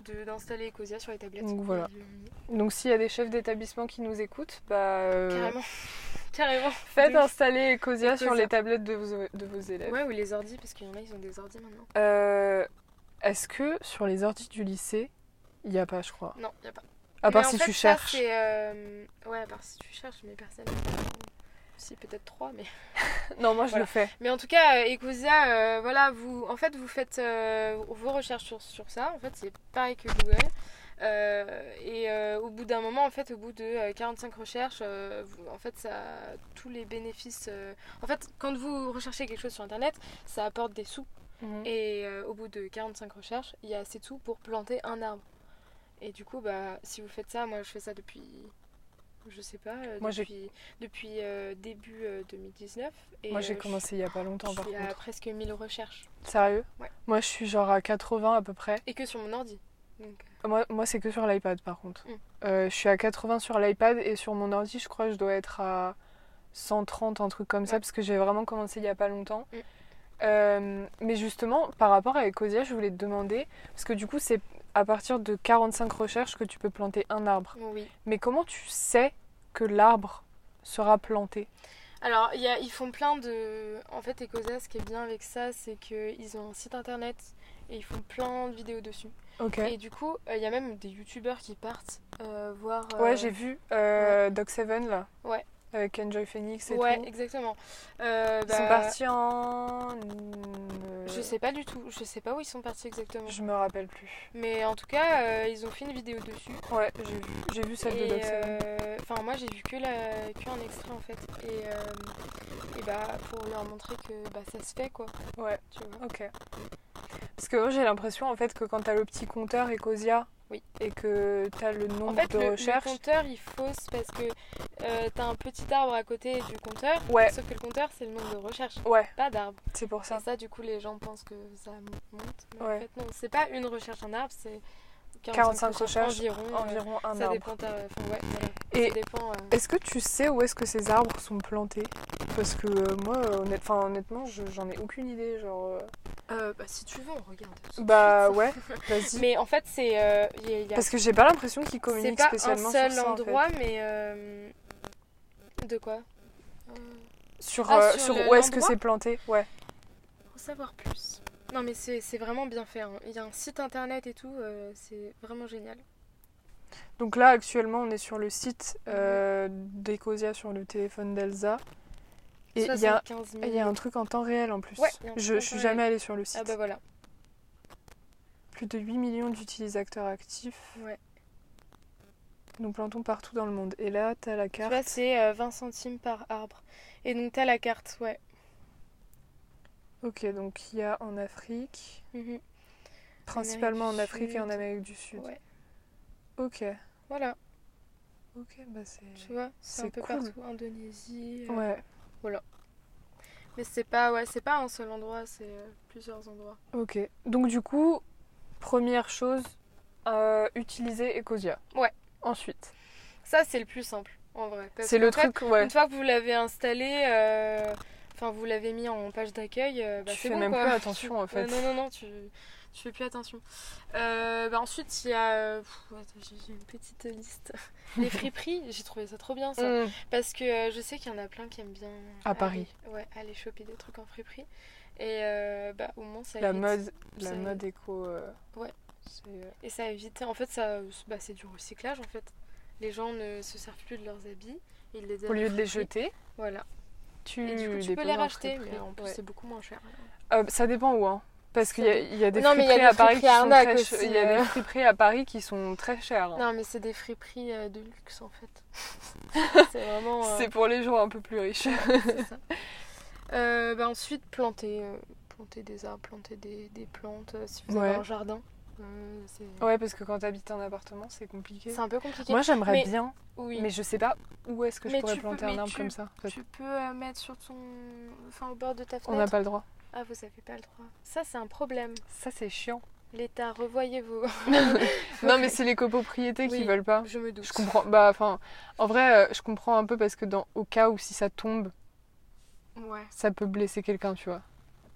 Speaker 2: de- d'installer Ecosia sur les tablettes.
Speaker 1: Oh.
Speaker 2: Euh,
Speaker 1: Donc, voilà.
Speaker 2: Ils l'ont mis.
Speaker 1: Donc, s'il y a des chefs d'établissement qui nous écoutent, bah. euh,
Speaker 2: Carrément. Carrément.
Speaker 1: Faites
Speaker 2: De ouf.
Speaker 1: installer Ecosia sur
Speaker 2: Ecosia.
Speaker 1: les tablettes de vos, de vos élèves.
Speaker 2: Ouais, ou les ordi, parce qu'il y en a, ils ont des ordi maintenant.
Speaker 1: Euh, Est-ce que sur les ordi du lycée, il n'y a pas, je crois
Speaker 2: Non, y a pas.
Speaker 1: À part
Speaker 2: Mais en
Speaker 1: si
Speaker 2: fait,
Speaker 1: tu
Speaker 2: ça,
Speaker 1: cherches.
Speaker 2: c'est, euh, Ouais, à part si tu cherches, mais personne. Si, peut-être trois, mais.
Speaker 1: Non, moi, je
Speaker 2: Voilà.
Speaker 1: le fais.
Speaker 2: Mais en tout cas, euh, Ecosia, euh, voilà, vous, en fait, vous faites euh, vos recherches sur, sur ça. En fait, c'est pareil que Google. Euh, et euh, au bout d'un moment, en fait, au bout de euh, 45 recherches, euh, vous- en fait, ça a tous les bénéfices. euh, en fait, quand vous recherchez quelque chose sur Internet, ça apporte des sous.
Speaker 1: Mhm.
Speaker 2: Et euh, au bout de 45 recherches, il y a assez de sous pour planter un arbre. Et du coup, bah, si vous faites ça, moi, je fais ça depuis, je sais pas, euh,
Speaker 1: Moi, j'ai-
Speaker 2: depuis, depuis euh, début euh, 2019. Et,
Speaker 1: Moi, j'ai
Speaker 2: euh, je-
Speaker 1: commencé il n'y a pas longtemps,
Speaker 2: je
Speaker 1: par
Speaker 2: suis à
Speaker 1: contre.
Speaker 2: presque 1000 recherches.
Speaker 1: Sérieux
Speaker 2: Ouais.
Speaker 1: Moi, je suis genre à 80 à peu près.
Speaker 2: Et que sur mon ordi. Donc, euh,
Speaker 1: Moi, moi c'est que sur l'iPad, par contre.
Speaker 2: Mm.
Speaker 1: Euh, je suis à 80 sur l'iPad et sur mon ordi, je crois que je dois être à 130, un truc comme ça,
Speaker 2: Ouais.
Speaker 1: parce que j'ai vraiment commencé il n'y a pas longtemps.
Speaker 2: Mm.
Speaker 1: Euh, mais justement, par rapport à Ecosia, je voulais te demander, parce que du coup, c'est à partir de 45 recherches que tu peux planter un arbre.
Speaker 2: oui.
Speaker 1: Mais comment tu sais que l'arbre sera planté
Speaker 2: Alors, il y a- ils font plein de. En fait, Ecosia, ce qui est bien avec ça, c'est qu'ils ont un site internet et ils font plein de vidéos dessus.
Speaker 1: Ok.
Speaker 2: Et du coup, euh, il y a même des youtubeurs qui partent euh, voir. euh,
Speaker 1: Ouais, j'ai vu euh, Doc Seven là.
Speaker 2: Ouais.
Speaker 1: Avec Enjoy Phoenix et
Speaker 2: ouais,
Speaker 1: tout.
Speaker 2: exactement. Euh,
Speaker 1: Ils sont
Speaker 2: bah,
Speaker 1: partis en. euh,
Speaker 2: Je sais pas du tout, je sais pas où ils sont partis exactement.
Speaker 1: Je me rappelle plus.
Speaker 2: Mais en tout cas, euh, ils ont fait une vidéo dessus.
Speaker 1: Ouais, j'ai vu, j'ai vu celle de
Speaker 2: Et,
Speaker 1: Doc Savane.
Speaker 2: euh, Enfin, moi j'ai vu que, la, que un extrait en fait. Et, euh, et bah, pour leur montrer que bah, ça se fait quoi.
Speaker 1: Ouais.
Speaker 2: Tu vois.
Speaker 1: Ok. Parce que moi, j'ai l'impression en fait que quand t'as le petit compteur Ecosia
Speaker 2: Oui.
Speaker 1: et que t'as le
Speaker 2: En
Speaker 1: nombre
Speaker 2: fait,
Speaker 1: de
Speaker 2: le, le
Speaker 1: recherches.
Speaker 2: compteur il fausse parce que euh, t'as un petit arbre à côté du compteur.
Speaker 1: Ouais,
Speaker 2: Sauf que le compteur c'est le nombre de recherches,
Speaker 1: ouais,
Speaker 2: pas d'arbre.
Speaker 1: c'est pour ça.
Speaker 2: Et ça, du coup, les gens pensent que ça monte. Mais en
Speaker 1: Ouais.
Speaker 2: fait, non, c'est pas une recherche en arbre, c'est
Speaker 1: 45 recherches
Speaker 2: environ. euh,
Speaker 1: Environ un
Speaker 2: ça
Speaker 1: arbre.
Speaker 2: dépend. t'as- enfin, ouais, voilà.
Speaker 1: Et
Speaker 2: Ça dépend. euh,
Speaker 1: est-ce que tu sais où est-ce que ces arbres sont plantés Parce que euh, moi, euh, honnête- enfin, honnêtement, je- j'en ai aucune idée. Genre. euh,
Speaker 2: Euh, bah, si tu veux, on regarde. tout de suite.
Speaker 1: Bah ouais, vas-y.
Speaker 2: Mais en fait, c'est. euh, y a- y a-
Speaker 1: Parce que j'ai pas l'impression qu'ils
Speaker 2: C'est
Speaker 1: communiquent
Speaker 2: pas
Speaker 1: spécialement
Speaker 2: un seul
Speaker 1: sur ça, en fait.
Speaker 2: endroit, mais. euh, De quoi Euh,
Speaker 1: Sur,
Speaker 2: Ah,
Speaker 1: euh,
Speaker 2: sur
Speaker 1: sur
Speaker 2: le-
Speaker 1: où est-ce que
Speaker 2: l'endroit
Speaker 1: c'est planté, ouais.
Speaker 2: Pour savoir plus. Non, mais c'est c'est vraiment bien fait. hein. Il y a un site internet et tout, euh, c'est vraiment génial.
Speaker 1: Donc là, actuellement, on est sur le site
Speaker 2: Mhm.
Speaker 1: euh, d'Ecosia sur le téléphone d'Elsa. Et il y a,
Speaker 2: 75 000.
Speaker 1: il y a un truc en temps réel en plus.
Speaker 2: Ouais, il y a un truc
Speaker 1: je je
Speaker 2: en
Speaker 1: suis
Speaker 2: temps
Speaker 1: jamais allée sur le site.
Speaker 2: Ah bah voilà.
Speaker 1: Plus de 8 millions d'utilisateurs actifs.
Speaker 2: Ouais.
Speaker 1: Nous plantons partout dans le monde. Et là, t'as la
Speaker 2: Tu
Speaker 1: carte.
Speaker 2: vois, c'est euh, 20 centimes par arbre. Et donc, t'as la carte, ouais.
Speaker 1: Ok, donc il y a en Afrique,
Speaker 2: Mhm.
Speaker 1: principalement en
Speaker 2: du
Speaker 1: Afrique et en
Speaker 2: Sud.
Speaker 1: Amérique du Sud.
Speaker 2: Ouais.
Speaker 1: Ok,
Speaker 2: Voilà,
Speaker 1: ok, bah c'est.
Speaker 2: tu vois, c'est un
Speaker 1: C'est
Speaker 2: peu
Speaker 1: cool.
Speaker 2: partout. Indonésie. euh,
Speaker 1: Ouais,
Speaker 2: Mais c'est pas, ouais, c'est pas un seul endroit, c'est euh, plusieurs endroits.
Speaker 1: ok. Donc du coup, première chose, euh, utiliser Ecosia.
Speaker 2: Ouais.
Speaker 1: Ensuite,
Speaker 2: Ça, c'est le plus simple, en vrai. Parce
Speaker 1: c'est
Speaker 2: qu'en
Speaker 1: le
Speaker 2: fait,
Speaker 1: truc, ouais.
Speaker 2: Une fois que vous l'avez installé, euh, enfin, vous l'avez mis en page d'accueil, euh, bah,
Speaker 1: Tu
Speaker 2: c'est
Speaker 1: fais
Speaker 2: bon,
Speaker 1: même
Speaker 2: quoi.
Speaker 1: plus attention, en
Speaker 2: Ouais,
Speaker 1: fait.
Speaker 2: non, non, non, tu, tu fais plus attention. Euh, bah, ensuite, il y a. euh, pff, attends, j'ai- j'ai une petite liste. Les friperies, j'ai trouvé ça trop bien, ça.
Speaker 1: Mm.
Speaker 2: Parce que euh, je sais qu'il y en a plein qui aiment bien.
Speaker 1: À
Speaker 2: aller-
Speaker 1: Paris.
Speaker 2: ouais, aller choper des trucs en friperie. Et euh, bah, au moins, ça
Speaker 1: La
Speaker 2: évite.
Speaker 1: mode, la
Speaker 2: Ça-
Speaker 1: mode éco. euh,
Speaker 2: Ouais.
Speaker 1: c'est, euh,
Speaker 2: Et ça évite. En fait, ça, bah, c'est du recyclage, en fait. Les gens ne se servent plus de leurs habits. Ils les donnent
Speaker 1: Au
Speaker 2: en
Speaker 1: lieu de Mmh, les
Speaker 2: friperie.
Speaker 1: jeter,
Speaker 2: Voilà.
Speaker 1: tu,
Speaker 2: Et du coup, tu peux
Speaker 1: déposes
Speaker 2: les
Speaker 1: en
Speaker 2: racheter,
Speaker 1: friperie.
Speaker 2: mais en plus,
Speaker 1: Ouais.
Speaker 2: c'est beaucoup moins cher.
Speaker 1: Euh, ça dépend où, hein. Parce qu'il y, a- il y a des
Speaker 2: Non, mais il y a
Speaker 1: friperies
Speaker 2: des
Speaker 1: à Paris qui
Speaker 2: friperies
Speaker 1: sont
Speaker 2: arnaques
Speaker 1: très
Speaker 2: aussi,
Speaker 1: ch- il y a
Speaker 2: euh.
Speaker 1: des friperies à Paris qui sont très chères. hein.
Speaker 2: Non, mais c'est des friperies euh, de luxe, en fait. c'est vraiment. euh,
Speaker 1: C'est pour les gens un peu plus riches.
Speaker 2: c'est ça. Euh, bah, ensuite, planter, euh, planter des arbres, planter des, des plantes. euh, si vous
Speaker 1: Ouais.
Speaker 2: avez un jardin, euh, c'est
Speaker 1: Ouais, parce que quand t'habites en appartement, c'est compliqué.
Speaker 2: c'est un peu compliqué.
Speaker 1: Moi, j'aimerais
Speaker 2: Mais-
Speaker 1: bien,
Speaker 2: oui.
Speaker 1: mais je sais pas où est-ce que je
Speaker 2: Mais
Speaker 1: pourrais
Speaker 2: tu peux-
Speaker 1: planter un
Speaker 2: mais
Speaker 1: arbre
Speaker 2: tu-
Speaker 1: comme ça. en fait.
Speaker 2: Tu peux euh, mettre sur ton. Enfin, au bord de ta
Speaker 1: On n'a
Speaker 2: fenêtre.
Speaker 1: pas le droit.
Speaker 2: Ah, vous avez pas le droit. Ça, c'est un problème.
Speaker 1: Ça, c'est chiant.
Speaker 2: L'État, revoyez-vous.
Speaker 1: Non, mais c'est les copropriétés qui
Speaker 2: Oui.
Speaker 1: veulent pas.
Speaker 2: Je me doute.
Speaker 1: Je comprends. Bah, enfin, en vrai, euh, je comprends un peu parce que dans au cas où si ça tombe,
Speaker 2: Ouais.
Speaker 1: ça peut blesser quelqu'un, tu vois.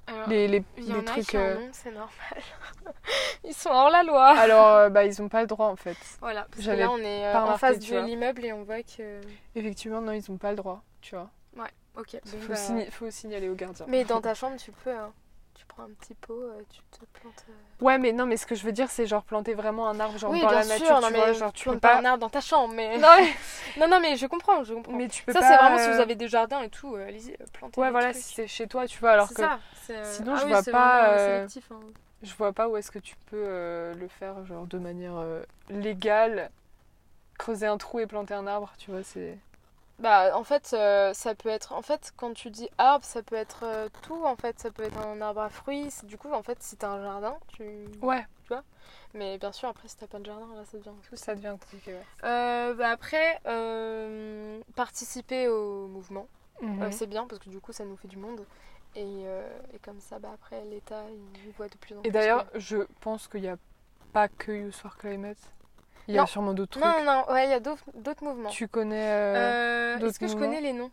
Speaker 2: Alors,
Speaker 1: Les, les,
Speaker 2: Ah, il y en
Speaker 1: les
Speaker 2: a
Speaker 1: trucs.
Speaker 2: qui en
Speaker 1: euh,
Speaker 2: ont, c'est normal. Ils sont hors la loi.
Speaker 1: Alors, euh, bah, ils ont pas le droit en fait.
Speaker 2: Voilà, parce que
Speaker 1: J'avais
Speaker 2: là on est euh,
Speaker 1: pas
Speaker 2: en
Speaker 1: remarqué,
Speaker 2: face
Speaker 1: tu
Speaker 2: de
Speaker 1: vois.
Speaker 2: l'immeuble et on voit que.
Speaker 1: Effectivement, non, ils ont pas le droit, tu vois.
Speaker 2: Ok, bon,
Speaker 1: Faut,
Speaker 2: bah,
Speaker 1: signa- faut signaler au gardien.
Speaker 2: Mais dans ta chambre tu peux, hein. tu prends un petit pot, euh, tu te plantes. euh.
Speaker 1: Ouais, mais non, mais ce que je veux dire, c'est genre planter vraiment un arbre, genre
Speaker 2: oui,
Speaker 1: dans
Speaker 2: bien
Speaker 1: la
Speaker 2: sûr,
Speaker 1: nature,
Speaker 2: non,
Speaker 1: tu
Speaker 2: mais
Speaker 1: vois, genre tu peux
Speaker 2: plantes pas
Speaker 1: pas.
Speaker 2: un arbre dans ta chambre, mais.
Speaker 1: Non, mais,
Speaker 2: non, non, mais je comprends, je comprends.
Speaker 1: mais tu peux
Speaker 2: ça
Speaker 1: pas.
Speaker 2: c'est vraiment si vous
Speaker 1: euh,
Speaker 2: avez des jardins et tout, euh, allez-y, euh, plantez.
Speaker 1: Ouais,
Speaker 2: des
Speaker 1: voilà,
Speaker 2: trucs.
Speaker 1: si c'est chez toi, tu vois, alors
Speaker 2: C'est
Speaker 1: que
Speaker 2: ça, c'est, euh,
Speaker 1: sinon,
Speaker 2: ah
Speaker 1: je
Speaker 2: oui,
Speaker 1: vois
Speaker 2: c'est
Speaker 1: pas,
Speaker 2: vraiment, euh,
Speaker 1: euh,
Speaker 2: sélectif, hein.
Speaker 1: je vois pas où est-ce que tu peux euh, le faire, genre de manière euh, légale. Creuser un trou et planter un arbre, tu vois, c'est.
Speaker 2: Bah, en fait, euh, ça peut être. En fait, quand tu dis arbre, ça peut être euh, tout. En fait, ça peut être un arbre à fruits. C'est- Du coup, en fait, si t'as un jardin, tu.
Speaker 1: Ouais,
Speaker 2: Mais bien sûr, après, si t'as pas de jardin, là, ça devient
Speaker 1: tout ça devient compliqué, ouais.
Speaker 2: Euh, bah après, euh, participer au mouvement, Euh, c'est bien parce que du coup ça nous fait du monde. Et, euh, et comme ça, bah après l'État il voit de plus en plus.
Speaker 1: Et d'ailleurs, je pense qu'il n'y a pas que Youth for Climate. Il y a
Speaker 2: Non.
Speaker 1: sûrement d'autres
Speaker 2: que-
Speaker 1: trucs.
Speaker 2: Non, non, ouais, il y a d'autres d'autres mouvements.
Speaker 1: Tu connais. euh,
Speaker 2: Euh,
Speaker 1: d'autres
Speaker 2: Est-ce que je
Speaker 1: mouvements
Speaker 2: connais les noms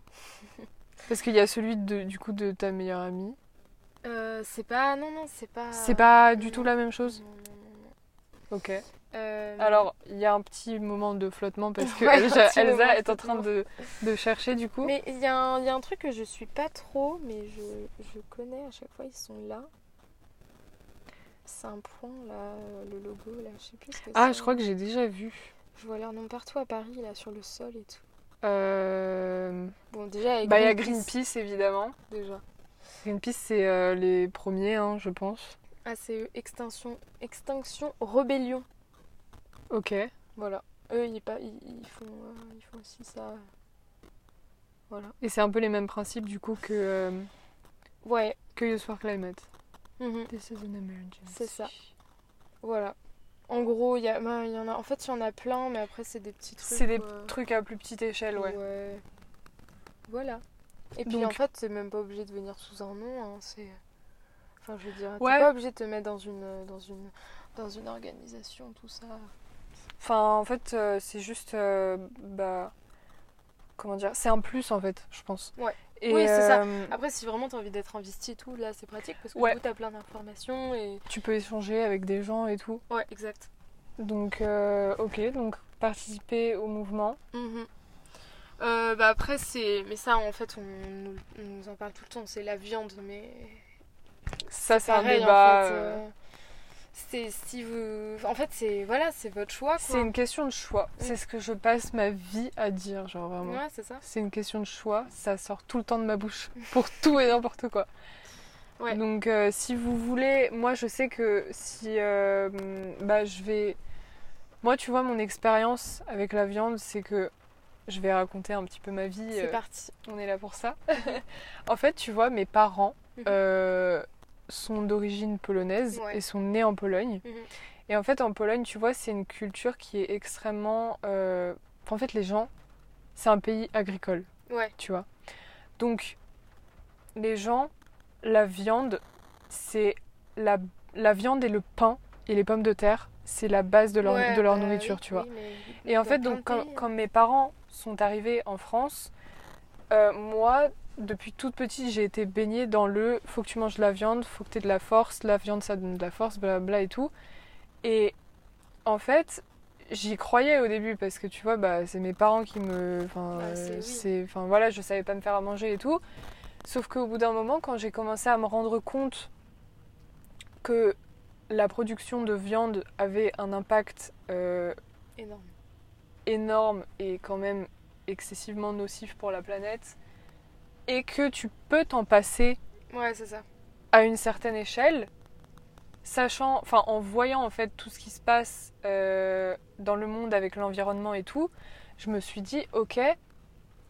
Speaker 1: Parce qu'il y a celui de, du coup de ta meilleure amie.
Speaker 2: Euh, C'est pas. Non, non, c'est pas.
Speaker 1: C'est pas du
Speaker 2: non.
Speaker 1: tout la même chose
Speaker 2: Non, non, non, non. Mhm.
Speaker 1: Ok.
Speaker 2: Euh,
Speaker 1: Alors, il y a un petit moment de flottement parce que
Speaker 2: Ouais, un
Speaker 1: Elsa,
Speaker 2: petit
Speaker 1: Elsa
Speaker 2: moment de
Speaker 1: est en train de, de chercher du coup.
Speaker 2: Mais il y, a un il y a un truc que je suis pas trop, mais je, je connais à chaque fois, ils sont là. C'est un point là, euh, le logo là, je sais plus ce que
Speaker 1: Ah,
Speaker 2: c'est.
Speaker 1: je crois que j'ai déjà vu.
Speaker 2: Je vois leur nom partout à Paris, là, sur le sol et tout.
Speaker 1: Euh,
Speaker 2: Bon, déjà,
Speaker 1: bah, il y a Greenpeace, évidemment.
Speaker 2: Déjà.
Speaker 1: Greenpeace, c'est euh, les premiers, hein, je pense.
Speaker 2: Ah, c'est Extinction, Extinction Rebellion.
Speaker 1: Ok.
Speaker 2: Voilà. Eux, ils, pa- ils, ils font, euh, ils font aussi ça. Voilà.
Speaker 1: Et c'est un peu les mêmes principes, du coup, que, euh,
Speaker 2: Ouais.
Speaker 1: que Youth for Climate.
Speaker 2: Mhm.
Speaker 1: This is an emergency.
Speaker 2: C'est ça. Voilà. En gros, il y, a- ben, il y en a. En fait, il y en a plein, mais après, c'est des petits trucs.
Speaker 1: C'est des
Speaker 2: quoi.
Speaker 1: trucs à plus petite échelle, ouais.
Speaker 2: Ouais. Voilà. Et puis
Speaker 1: Donc-
Speaker 2: en fait, c'est même pas obligé de venir sous un nom. hein, C'est. Enfin, je veux dire, t'es
Speaker 1: Ouais.
Speaker 2: pas obligé de te mettre dans une, dans une, dans une organisation, tout ça.
Speaker 1: Enfin, en fait, euh, c'est juste. euh, bah. Comment dire C'est un plus, en fait, je pense.
Speaker 2: Ouais.
Speaker 1: Et,
Speaker 2: Oui, c'est ça.
Speaker 1: euh,
Speaker 2: Après, si vraiment t'as envie d'être investi et tout, là, c'est pratique parce que
Speaker 1: Ouais.
Speaker 2: du coup, t'as plein d'informations et.
Speaker 1: Tu peux échanger avec des gens et tout.
Speaker 2: Ouais, exact.
Speaker 1: Donc, euh, ok, donc participer au mouvement.
Speaker 2: Mhm. Euh, bah après, c'est. Mais ça, en fait, on nous, on nous en parle tout le temps. C'est la viande, mais.
Speaker 1: Ça, c'est un
Speaker 2: pareil, en
Speaker 1: débat.
Speaker 2: fait,
Speaker 1: euh,
Speaker 2: euh, C'est si vous. En fait, c'est. Voilà, c'est votre choix. quoi. Mm.
Speaker 1: C'est une question de choix. C'est ce que je passe ma vie à dire, genre vraiment.
Speaker 2: Ouais, c'est ça.
Speaker 1: C'est une question de choix. Ça sort tout le temps de ma bouche pour tout et n'importe quoi.
Speaker 2: Ouais.
Speaker 1: Donc, euh, si vous voulez, moi, je sais que si, euh, bah, je vais. Moi, tu vois, mon expérience avec la viande, c'est que je vais raconter un petit peu ma vie.
Speaker 2: C'est
Speaker 1: euh,
Speaker 2: parti.
Speaker 1: on est là pour ça. en fait, tu vois, mes parents
Speaker 2: Mhm.
Speaker 1: euh, sont d'origine polonaise
Speaker 2: Ouais.
Speaker 1: et sont nés en Pologne.
Speaker 2: Mhm.
Speaker 1: Et en fait, en Pologne, tu vois, c'est une culture qui est extrêmement. euh, En fait, les gens, c'est un pays agricole,
Speaker 2: Ouais.
Speaker 1: tu vois. Donc, les gens, la viande, c'est la... la viande et le pain et les pommes de terre, c'est la base de leur,
Speaker 2: Ouais,
Speaker 1: de leur
Speaker 2: bah
Speaker 1: nourriture,
Speaker 2: oui,
Speaker 1: tu vois.
Speaker 2: oui, mais
Speaker 1: Et en
Speaker 2: dans
Speaker 1: fait,
Speaker 2: plein
Speaker 1: donc,
Speaker 2: de
Speaker 1: quand,
Speaker 2: pays, hein.
Speaker 1: quand mes parents sont arrivés en France, euh, moi, depuis toute petite, j'ai été baignée dans le faut que tu manges de la viande, faut que tu aies de la force, la viande ça donne de la force, blabla et tout. Et en fait, j'y croyais au début parce que tu vois, bah, c'est mes parents qui me. Enfin,
Speaker 2: Bah, c'est-
Speaker 1: euh,
Speaker 2: oui.
Speaker 1: c'est- enfin, voilà, je savais pas me faire à manger et tout. Sauf qu'au bout d'un moment, quand j'ai commencé à me rendre compte que la production de viande avait un impact euh,
Speaker 2: énorme.
Speaker 1: énorme et quand même excessivement nocif pour la planète et que tu peux t'en passer
Speaker 2: Ouais, c'est ça.
Speaker 1: à une certaine échelle, sachant, enfin en voyant en fait tout ce qui se passe euh, dans le monde avec l'environnement et tout, je me suis dit ok,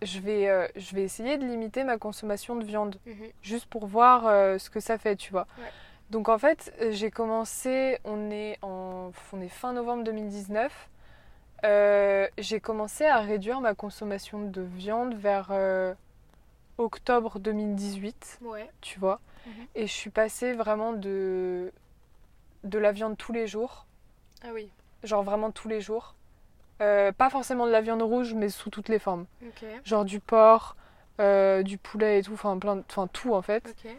Speaker 1: je vais, euh, je vais essayer de limiter ma consommation de viande
Speaker 2: Mhm.
Speaker 1: juste pour voir euh, ce que ça fait, tu vois.
Speaker 2: Ouais.
Speaker 1: Donc en fait, euh, j'ai commencé, on est, en, on est fin novembre 2019, euh, j'ai commencé à réduire ma consommation de viande vers euh, octobre 2018,
Speaker 2: Ouais.
Speaker 1: tu vois.
Speaker 2: Mhm.
Speaker 1: Et je suis passée vraiment de, de la viande tous les jours,
Speaker 2: Ah oui.
Speaker 1: genre vraiment tous les jours. Euh, pas forcément de la viande rouge, mais sous toutes les formes.
Speaker 2: Ok.
Speaker 1: Genre du porc, euh, du poulet et tout, enfin plein, de- enfin tout en fait.
Speaker 2: Ok.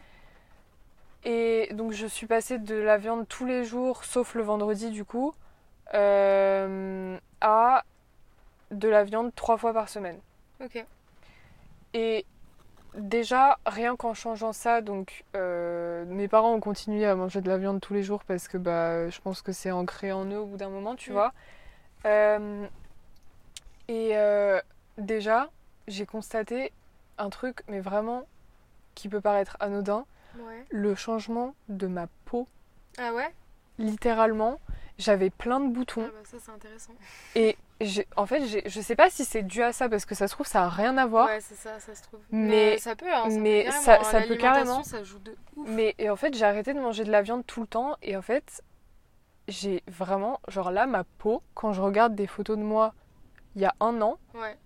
Speaker 1: Et donc je suis passée de la viande tous les jours, sauf le vendredi du coup, euh, à de la viande trois fois par semaine.
Speaker 2: Ok.
Speaker 1: Et déjà, rien qu'en changeant ça, donc euh, mes parents ont continué à manger de la viande tous les jours parce que bah, je pense que c'est ancré en eux au bout d'un moment, tu
Speaker 2: Mm.
Speaker 1: vois. Euh, et euh, déjà, j'ai constaté un truc, mais vraiment qui peut paraître anodin,
Speaker 2: Ouais.
Speaker 1: le changement de ma peau.
Speaker 2: Ah ouais
Speaker 1: Mm. littéralement, j'avais plein de boutons.
Speaker 2: Ah bah ça, c'est intéressant.
Speaker 1: Et j'ai- en fait, j'ai- je sais pas si c'est dû à ça, parce que ça se trouve, ça a rien à voir.
Speaker 2: Ouais, c'est ça, ça se trouve.
Speaker 1: Mais-
Speaker 2: ça peut, hein, ça
Speaker 1: mais
Speaker 2: peut carrément,
Speaker 1: ça-
Speaker 2: hein.
Speaker 1: ça peut carrément.
Speaker 2: L'alimentation, ça joue de ouf.
Speaker 1: Mais et en fait, j'ai arrêté de manger de la viande tout le temps. Et en fait, j'ai vraiment, genre là, ma peau, quand je regarde des photos de moi il y a un an,
Speaker 2: Ouais.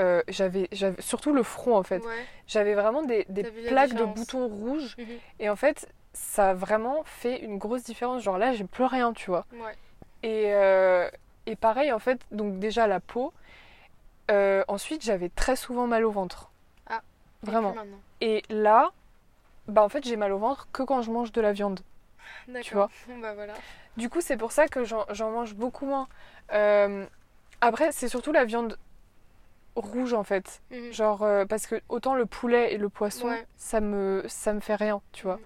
Speaker 1: euh, j'avais, j'avais- surtout le front en fait,
Speaker 2: Ouais.
Speaker 1: j'avais vraiment des, des
Speaker 2: T'as vu la
Speaker 1: plaques de
Speaker 2: différence
Speaker 1: boutons rouges.
Speaker 2: Mhm.
Speaker 1: Et en fait, ça a vraiment fait une grosse différence. Genre là, j'ai plus rien, tu vois.
Speaker 2: Ouais.
Speaker 1: Et, euh, et pareil, en fait, donc déjà la peau. Euh, ensuite, j'avais très souvent mal au ventre.
Speaker 2: Ah. Et
Speaker 1: Vraiment.
Speaker 2: puis maintenant.
Speaker 1: Et là, bah en fait, j'ai mal au ventre que quand je mange de la viande.
Speaker 2: D'accord.
Speaker 1: Tu vois.
Speaker 2: Bon, bah voilà.
Speaker 1: Du coup, c'est pour ça que j'en j'en mange beaucoup moins. Euh, après, c'est surtout la viande rouge, en fait.
Speaker 2: Mhm.
Speaker 1: Genre, euh, parce que autant le poulet et le poisson,
Speaker 2: Ouais.
Speaker 1: ça, me, ça me fait rien, tu vois.
Speaker 2: Mhm.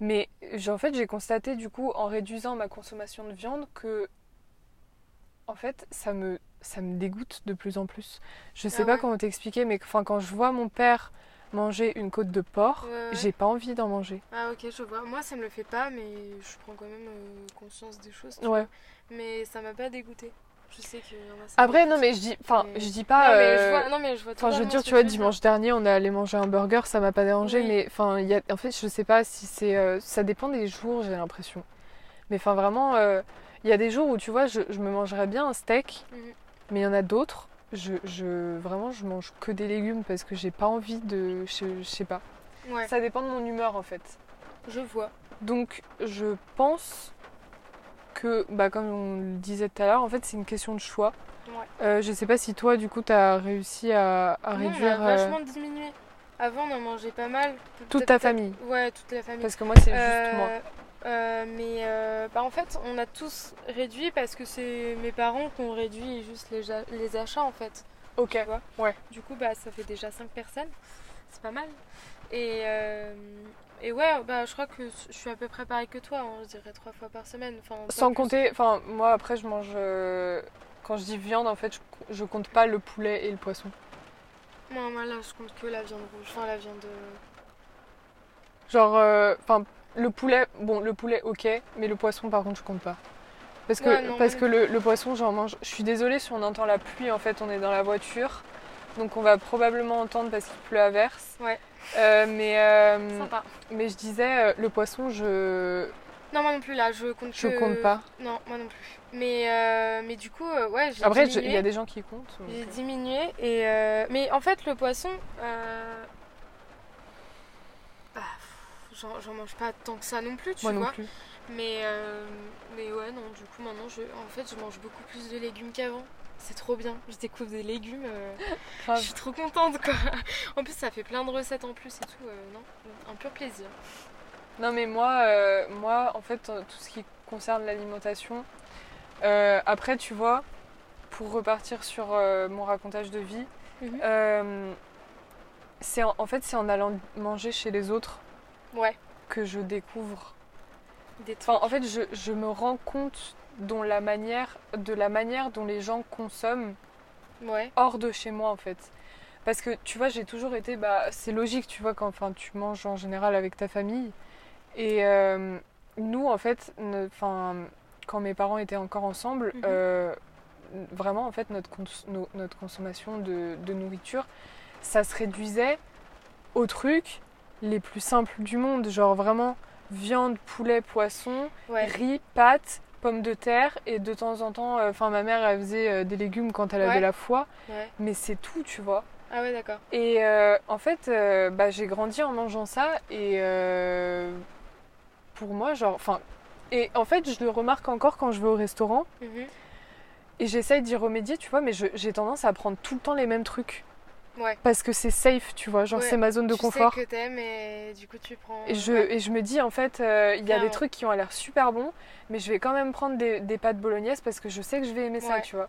Speaker 1: Mais j'ai- en fait, j'ai constaté, du coup, en réduisant ma consommation de viande, que, en fait, ça me ça me dégoûte de plus en plus. Je sais
Speaker 2: Ah
Speaker 1: pas
Speaker 2: ouais.
Speaker 1: comment t'expliquer, mais enfin quand je vois mon père manger une côte de porc,
Speaker 2: Ouais, ouais.
Speaker 1: j'ai pas envie d'en manger.
Speaker 2: Ah ok, je vois. Moi, ça me le fait pas, mais je prends quand même euh, conscience des choses. tu
Speaker 1: Ouais.
Speaker 2: Mais ça m'a pas dégoûté. Je sais qu'il y en a ça
Speaker 1: Après non
Speaker 2: dégoûte.
Speaker 1: mais je dis, enfin
Speaker 2: Mais-
Speaker 1: je dis
Speaker 2: Non,
Speaker 1: pas.
Speaker 2: mais je
Speaker 1: euh,
Speaker 2: vois, non, mais je vois
Speaker 1: Enfin, je veux
Speaker 2: totalement
Speaker 1: dire,
Speaker 2: ce
Speaker 1: tu
Speaker 2: que
Speaker 1: vois,
Speaker 2: veux dire.
Speaker 1: dimanche dernier, on est allé manger un burger, ça m'a pas dérangé,
Speaker 2: Oui.
Speaker 1: mais enfin, il y a... en fait, je sais pas si c'est. euh, ça dépend des jours, j'ai l'impression. Mais enfin, vraiment, euh, il y a des jours où, tu vois, je, je me mangerais bien un steak,
Speaker 2: Mhm.
Speaker 1: mais il y en a d'autres, je, je. Vraiment, je mange que des légumes parce que j'ai pas envie de. Je, je sais pas.
Speaker 2: Ouais,
Speaker 1: Ça dépend de mon humeur, en fait.
Speaker 2: je vois.
Speaker 1: Donc je pense que, bah, comme on le disait tout à l'heure, en fait c'est une question de choix.
Speaker 2: Ouais.
Speaker 1: Euh, je sais pas si toi du coup t'as réussi à, à
Speaker 2: Nous,
Speaker 1: réduire
Speaker 2: on a
Speaker 1: euh,
Speaker 2: vachement diminué. Avant, on en mangeait pas mal.
Speaker 1: toute
Speaker 2: Peut-être-
Speaker 1: ta
Speaker 2: peut-être-
Speaker 1: famille.
Speaker 2: Ouais, toute la famille.
Speaker 1: Parce que moi c'est juste
Speaker 2: Euh,
Speaker 1: moi.
Speaker 2: euh, mais euh, bah, en fait, on a tous réduit parce que c'est mes parents qui ont réduit juste les, ja- les achats en fait.
Speaker 1: Ok.
Speaker 2: Du coup, bah, ça fait déjà 5 personnes. C'est pas mal. Et, euh, et ouais, bah, je crois que je suis à peu près pareil que toi. hein. Je dirais 3 fois par semaine. Enfin, pas
Speaker 1: Sans
Speaker 2: plus.
Speaker 1: compter, enfin moi après je mange. euh, Quand je dis viande en fait je, je compte pas le poulet et le poisson.
Speaker 2: Moi, moi, là, je compte que la viande rouge. Enfin, la viande. euh,
Speaker 1: Genre, euh, enfin le poulet, bon le poulet ok, mais le poisson par contre je compte pas. Parce que,
Speaker 2: Ouais, non,
Speaker 1: parce
Speaker 2: moi
Speaker 1: que le, le poisson j'en mange. Je suis désolée si on entend la pluie en fait, on est dans la voiture. Donc on va probablement entendre parce qu'il pleut à verse.
Speaker 2: Ouais.
Speaker 1: Euh, mais, euh,
Speaker 2: Sympa.
Speaker 1: mais je disais, euh, le poisson je,
Speaker 2: Non, moi non plus, là, je compte
Speaker 1: je
Speaker 2: que-
Speaker 1: compte pas.
Speaker 2: Non, moi non plus. Mais, euh, mais du coup, euh, ouais, j'ai
Speaker 1: Après je- il
Speaker 2: diminué.
Speaker 1: y a des gens qui comptent. donc,
Speaker 2: J'ai
Speaker 1: euh.
Speaker 2: diminué et euh, mais en fait le poisson euh, bah, pff, j'en j'en mange pas tant que ça non plus tu
Speaker 1: Moi
Speaker 2: vois
Speaker 1: non plus.
Speaker 2: mais euh, mais ouais non du coup maintenant je en fait je mange beaucoup plus de légumes qu'avant c'est trop bien je découvre des légumes euh, je suis trop contente quoi en plus ça fait plein de recettes en plus et tout euh, non un pur plaisir
Speaker 1: Non mais moi, euh, moi en fait euh, tout ce qui concerne l'alimentation, euh, après tu vois, pour repartir sur euh, mon racontage de vie,
Speaker 2: Mhm.
Speaker 1: euh, c'est en, en fait c'est en allant manger chez les autres
Speaker 2: ouais
Speaker 1: que je découvre.
Speaker 2: des trucs
Speaker 1: Enfin en fait je, je me rends compte dont la manière, de la manière dont les gens consomment
Speaker 2: ouais
Speaker 1: hors de chez moi en fait. Parce que tu vois, j'ai toujours été, bah, c'est logique, tu vois, quand enfin, tu manges en général avec ta famille. Et euh, nous, en fait, ne- enfin, quand mes parents étaient encore ensemble,
Speaker 2: Mhm.
Speaker 1: euh, vraiment, en fait, notre, cons- no- notre consommation de, de nourriture, ça se réduisait aux trucs les plus simples du monde, genre vraiment viande, poulet, poisson
Speaker 2: ouais
Speaker 1: riz, pâtes, pommes de terre et de temps en temps, euh, enfin ma mère elle faisait euh, des légumes quand elle
Speaker 2: Ouais.
Speaker 1: avait la foi,
Speaker 2: ouais
Speaker 1: mais c'est tout, tu vois.
Speaker 2: ah ouais d'accord
Speaker 1: Et euh, en fait, euh, bah, j'ai grandi en mangeant ça et euh, pour moi, genre, enfin, et en fait, je le remarque encore quand je vais au restaurant
Speaker 2: Mhm.
Speaker 1: et j'essaye d'y remédier, tu vois, mais je- j'ai tendance à prendre tout le temps les mêmes trucs.
Speaker 2: Mhm. Ouais.
Speaker 1: Parce que c'est safe, tu vois, genre
Speaker 2: Ouais.
Speaker 1: c'est ma zone de
Speaker 2: tu
Speaker 1: confort.
Speaker 2: sais que t'aimes et du coup tu prends
Speaker 1: Et je,
Speaker 2: ouais.
Speaker 1: et je me dis, en fait, euh, il y a
Speaker 2: Clairement.
Speaker 1: des trucs qui ont l'air super bons, mais je vais quand même prendre des, des pâtes bolognaises parce que je sais que je vais aimer ça,
Speaker 2: Ouais.
Speaker 1: tu vois.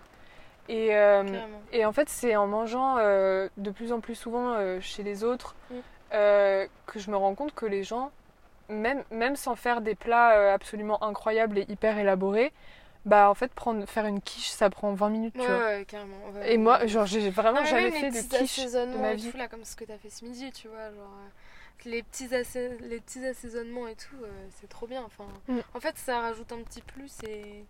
Speaker 1: Et, euh,
Speaker 2: Carrément.
Speaker 1: et en fait, c'est en mangeant euh, de plus en plus souvent euh, chez les autres
Speaker 2: Mm.
Speaker 1: euh, que je me rends compte que les gens, même, même sans faire des plats euh, absolument incroyables et hyper élaborés, bah en fait, prendre, faire une quiche, ça prend 20 minutes,
Speaker 2: ouais,
Speaker 1: tu vois.
Speaker 2: ouais, carrément ouais.
Speaker 1: Et moi, genre, j'ai
Speaker 2: Non,
Speaker 1: vraiment
Speaker 2: mais
Speaker 1: Ah jamais
Speaker 2: même
Speaker 1: fait
Speaker 2: les
Speaker 1: de
Speaker 2: petits
Speaker 1: quiche de
Speaker 2: assaisonnements
Speaker 1: ma
Speaker 2: et
Speaker 1: vie.
Speaker 2: tout, là, comme ce que t'as fait ce midi, tu vois, genre... euh, Les petits, assais- les petits assaisonnements et tout, euh, c'est trop bien. Enfin,
Speaker 1: Mm.
Speaker 2: En fait, ça rajoute un petit plus et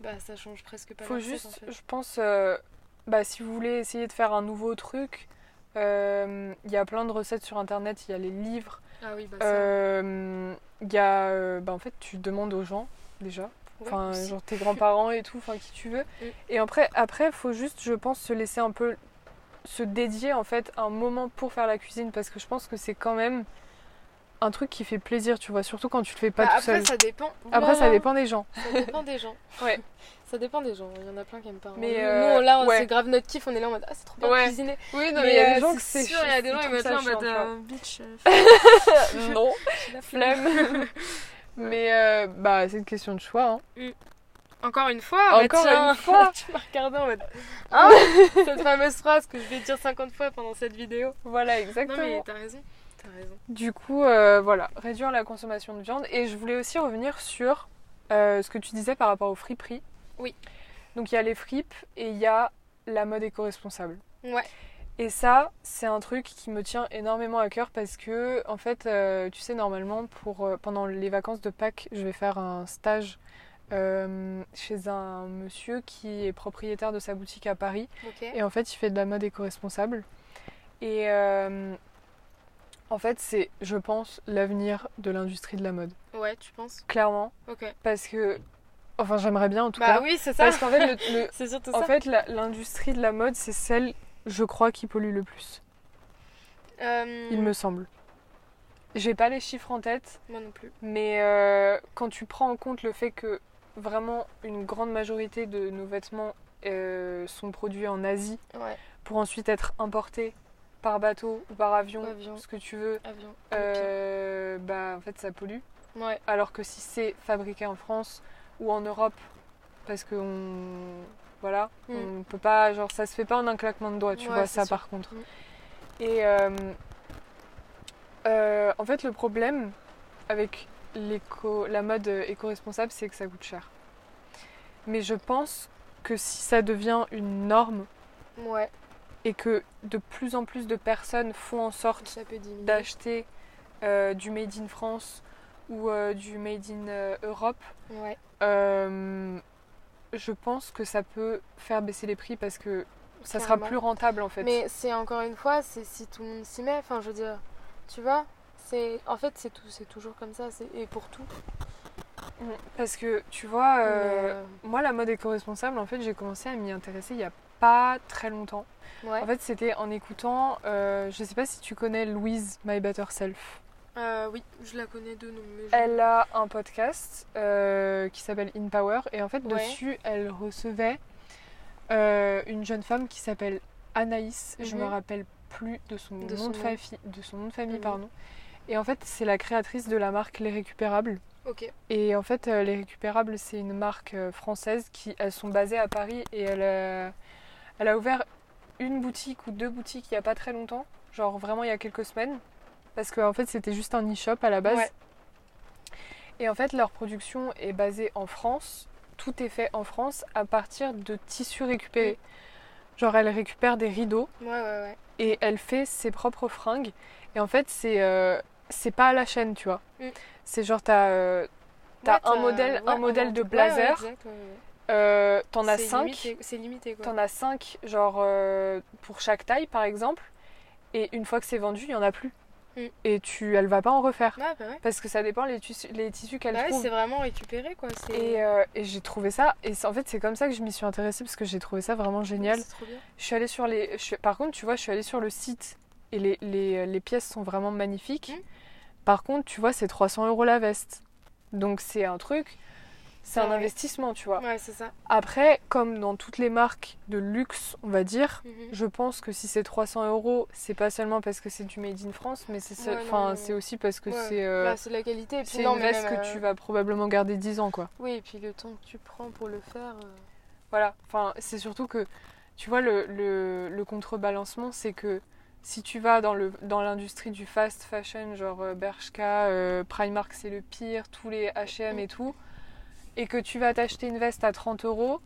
Speaker 2: bah, ça change presque pas
Speaker 1: faut
Speaker 2: la recette,
Speaker 1: juste,
Speaker 2: en fait.
Speaker 1: je pense, euh, bah, si vous voulez essayer de faire un nouveau truc, euh, il y a plein de recettes sur internet, il y a les livres,
Speaker 2: Ah oui, bah ça.
Speaker 1: euh, il y a, euh, bah, en fait, tu demandes aux gens déjà,
Speaker 2: ouais,
Speaker 1: enfin,
Speaker 2: aussi.
Speaker 1: genre tes grands-parents et tout, enfin, qui tu veux.
Speaker 2: Mm.
Speaker 1: Et après, après, faut juste, je pense, se laisser un peu, se dédier en fait un moment pour faire la cuisine, parce que je pense que c'est quand même un truc qui fait plaisir, tu vois, surtout quand tu le fais pas
Speaker 2: Bah,
Speaker 1: tout
Speaker 2: après,
Speaker 1: seul.
Speaker 2: ça dépend.
Speaker 1: Après, ça
Speaker 2: Oulala,
Speaker 1: dépend des gens.
Speaker 2: Ça dépend des gens.
Speaker 1: Ouais.
Speaker 2: Ça dépend des gens. Il y en a plein qui aiment pas. hein.
Speaker 1: Mais,
Speaker 2: nous,
Speaker 1: euh,
Speaker 2: nous, là, on-
Speaker 1: ouais.
Speaker 2: c'est grave notre kiff. On est là en mode Ah, c'est trop bien de
Speaker 1: Ouais.
Speaker 2: cuisiner.
Speaker 1: Oui,
Speaker 2: Mais,
Speaker 1: mais il y a
Speaker 2: euh,
Speaker 1: des gens que c'est
Speaker 2: sûr, Il y a des
Speaker 1: ils
Speaker 2: gens qui
Speaker 1: trouvent
Speaker 2: vont être
Speaker 1: ça
Speaker 2: là en
Speaker 1: chiant,
Speaker 2: mode
Speaker 1: tu vois.
Speaker 2: euh, Bitch, euh,
Speaker 1: non,
Speaker 2: j'ai la flemme.
Speaker 1: flemme. Mais euh, bah, c'est une question de choix. hein.
Speaker 2: Encore une fois
Speaker 1: Encore
Speaker 2: bah tiens,
Speaker 1: une fois.
Speaker 2: Tu m'as regardé en mode Hein Cette fameuse phrase que je vais dire 50 fois pendant cette vidéo.
Speaker 1: Voilà,
Speaker 2: Non
Speaker 1: exactement.
Speaker 2: mais t'as raison, t'as raison.
Speaker 1: Du coup, euh, voilà, réduire la consommation de viande. Et je voulais aussi revenir sur euh, ce que tu disais par rapport aux friperies.
Speaker 2: Oui.
Speaker 1: Donc il y a les fripes et il y a la mode éco-responsable.
Speaker 2: Ouais.
Speaker 1: Et ça, c'est un truc qui me tient énormément à cœur parce que, en fait, euh, tu sais, normalement, pour, euh, pendant les vacances de Pâques, je vais faire un stage euh, chez un monsieur qui est propriétaire de sa boutique à Paris.
Speaker 2: Ok.
Speaker 1: Et en fait, il fait de la mode éco-responsable. Et euh, en fait, c'est, je pense, l'avenir de l'industrie de la mode.
Speaker 2: Ouais, tu penses
Speaker 1: Clairement.
Speaker 2: Ok.
Speaker 1: Parce que. Enfin, j'aimerais bien en tout
Speaker 2: bah
Speaker 1: cas.
Speaker 2: oui, c'est ça.
Speaker 1: Parce qu'en fait, le- le-
Speaker 2: C'est surtout
Speaker 1: en
Speaker 2: ça.
Speaker 1: fait la- l'industrie de la mode, c'est celle, je crois, qui pollue le plus.
Speaker 2: Euh,
Speaker 1: Il me semble. J'ai pas les chiffres en tête,
Speaker 2: Moi non plus.
Speaker 1: mais euh, quand tu prends en compte le fait que vraiment une grande majorité de nos vêtements euh, sont produits en Asie
Speaker 2: Ouais.
Speaker 1: pour ensuite être importés par bateau ou par avion,
Speaker 2: Avion.
Speaker 1: ce que tu veux,
Speaker 2: Avion.
Speaker 1: euh, bah en fait ça pollue.
Speaker 2: Ouais.
Speaker 1: Alors que si c'est fabriqué en France ou en Europe, parce que on voilà,
Speaker 2: Mm.
Speaker 1: on peut pas, genre ça se fait pas en un claquement de doigts, tu
Speaker 2: Ouais,
Speaker 1: vois
Speaker 2: c'est
Speaker 1: ça
Speaker 2: sûr.
Speaker 1: par contre.
Speaker 2: Mm.
Speaker 1: Et euh, euh, en fait le problème avec l'éco, la mode euh, éco-responsable, c'est que ça coûte cher. Mais je pense que si ça devient une norme
Speaker 2: Ouais.
Speaker 1: et que de plus en plus de personnes font en sorte
Speaker 2: Ça peut diminuer.
Speaker 1: d'acheter euh, du made in France ou euh, du made in euh, Europe,
Speaker 2: Ouais.
Speaker 1: euh, je pense que ça peut faire baisser les prix parce que ça sera
Speaker 2: Clairement.
Speaker 1: plus rentable en fait.
Speaker 2: Mais c'est encore une fois, c'est si tout le monde s'y met. Enfin, je veux dire, tu vois, c'est en fait c'est tout, c'est toujours comme ça. C'est et pour tout.
Speaker 1: Mm. Parce que tu vois, euh,
Speaker 2: Euh,
Speaker 1: moi la mode éco-responsable, en fait, j'ai commencé à m'y intéresser il n'y a pas très longtemps.
Speaker 2: euh, Ouais.
Speaker 1: En fait, c'était en écoutant, euh, je sais pas si tu connais Louise My Better Self.
Speaker 2: Euh, oui, je la connais de nom. Mais je-
Speaker 1: Elle a un podcast euh, qui s'appelle In Power et en fait
Speaker 2: Ouais.
Speaker 1: dessus elle recevait euh, une jeune femme qui s'appelle Anaïs. Je me
Speaker 2: Mhm.
Speaker 1: rappelle plus de son,
Speaker 2: De
Speaker 1: nom,
Speaker 2: son
Speaker 1: de
Speaker 2: nom.
Speaker 1: fafi- de son nom de famille
Speaker 2: Mhm.
Speaker 1: pardon. Et en fait c'est la créatrice de la marque Les Récupérables.
Speaker 2: Ok.
Speaker 1: Et en fait euh, Les Récupérables c'est une marque euh, française qui elles sont basées à Paris et elle a, elle a ouvert une boutique ou deux boutiques il y a pas très longtemps, genre vraiment il y a quelques semaines. Parce qu'en en fait c'était juste un e-shop à la base.
Speaker 2: Ouais.
Speaker 1: Et en fait, leur production est basée en France. Tout est fait en France à partir de tissus récupérés. Genre, elle récupère des rideaux
Speaker 2: Ouais, ouais, ouais.
Speaker 1: et elle fait ses propres fringues. Et en fait, c'est euh, c'est pas à la chaîne, tu vois.
Speaker 2: Mm.
Speaker 1: C'est genre, t'as euh, T'as
Speaker 2: euh, Ouais,
Speaker 1: un modèle- un modèle de blazer.
Speaker 2: Ouais, ouais, exact, ouais, ouais.
Speaker 1: euh, t'en as
Speaker 2: C'est
Speaker 1: 5.
Speaker 2: limité- C'est limité quoi.
Speaker 1: T'en as 5, genre euh, pour chaque taille par exemple. Et une fois que c'est vendu, il y en a plus.
Speaker 2: Mm.
Speaker 1: Et tu, elle va pas en refaire.
Speaker 2: Ouais, bah ouais.
Speaker 1: Parce que ça dépend les, tissus- les tissus qu'elle
Speaker 2: Bah ouais,
Speaker 1: trouve.
Speaker 2: c'est vraiment récupéré quoi. c'est-
Speaker 1: Et, euh, et j'ai trouvé ça, et c'est- en fait c'est comme ça que je m'y suis intéressée parce que j'ai trouvé ça vraiment génial.
Speaker 2: C'est trop bien.
Speaker 1: Je suis allée sur les, je suis- par contre tu vois, je suis allée sur le site et les, les, euh, les pièces sont vraiment magnifiques.
Speaker 2: Mhm.
Speaker 1: Par contre, tu vois, c'est 300 euros la veste, donc c'est un truc, c'est un
Speaker 2: Ah Ouais.
Speaker 1: investissement, tu vois.
Speaker 2: Ouais, c'est ça.
Speaker 1: Après, comme dans toutes les marques de luxe, on va dire,
Speaker 2: Mhm.
Speaker 1: je pense que si c'est 300 euros, c'est pas sellement parce que c'est du made in France, mais c'est
Speaker 2: Ouais, non,
Speaker 1: enfin,
Speaker 2: non,
Speaker 1: c'est
Speaker 2: non.
Speaker 1: aussi parce que
Speaker 2: Ouais.
Speaker 1: c'est euh,
Speaker 2: Bah, c'est la qualité. Et puis
Speaker 1: c'est
Speaker 2: non,
Speaker 1: une
Speaker 2: mais
Speaker 1: veste
Speaker 2: même,
Speaker 1: que
Speaker 2: euh,
Speaker 1: tu vas probablement garder 10 ans, quoi.
Speaker 2: Oui, et puis le temps que tu prends pour le faire. euh,
Speaker 1: Voilà, enfin, c'est surtout que, tu vois, le, le- le contrebalancement, c'est que si tu vas dans le dans l'industrie du fast fashion, genre euh, Bershka, euh, Primark, c'est le pire, tous les H&M et tout, et que tu vas t'acheter une veste à 30 euros,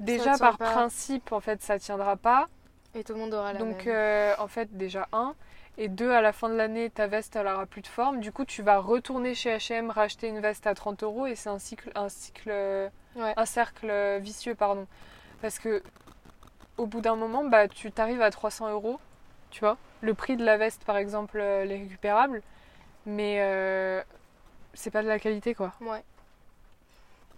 Speaker 1: déjà
Speaker 2: tient
Speaker 1: par
Speaker 2: pas.
Speaker 1: principe, en fait, ça tiendra pas.
Speaker 2: Et tout le monde aura la
Speaker 1: Donc,
Speaker 2: même.
Speaker 1: euh, en fait, déjà, un. Et deux, à la fin de l'année, ta veste, elle aura plus de forme. Du coup, tu vas retourner chez H&M, racheter une veste à 30 euros et c'est un cycle, un cycle, euh,
Speaker 2: Ouais.
Speaker 1: un cercle euh, vicieux, pardon. Parce que, au bout d'un moment, bah, tu t'arrives à 300 euros, tu vois. Le prix de la veste, par exemple, euh, les récupérables. Mais euh, c'est pas de la qualité, quoi.
Speaker 2: euh, Ouais.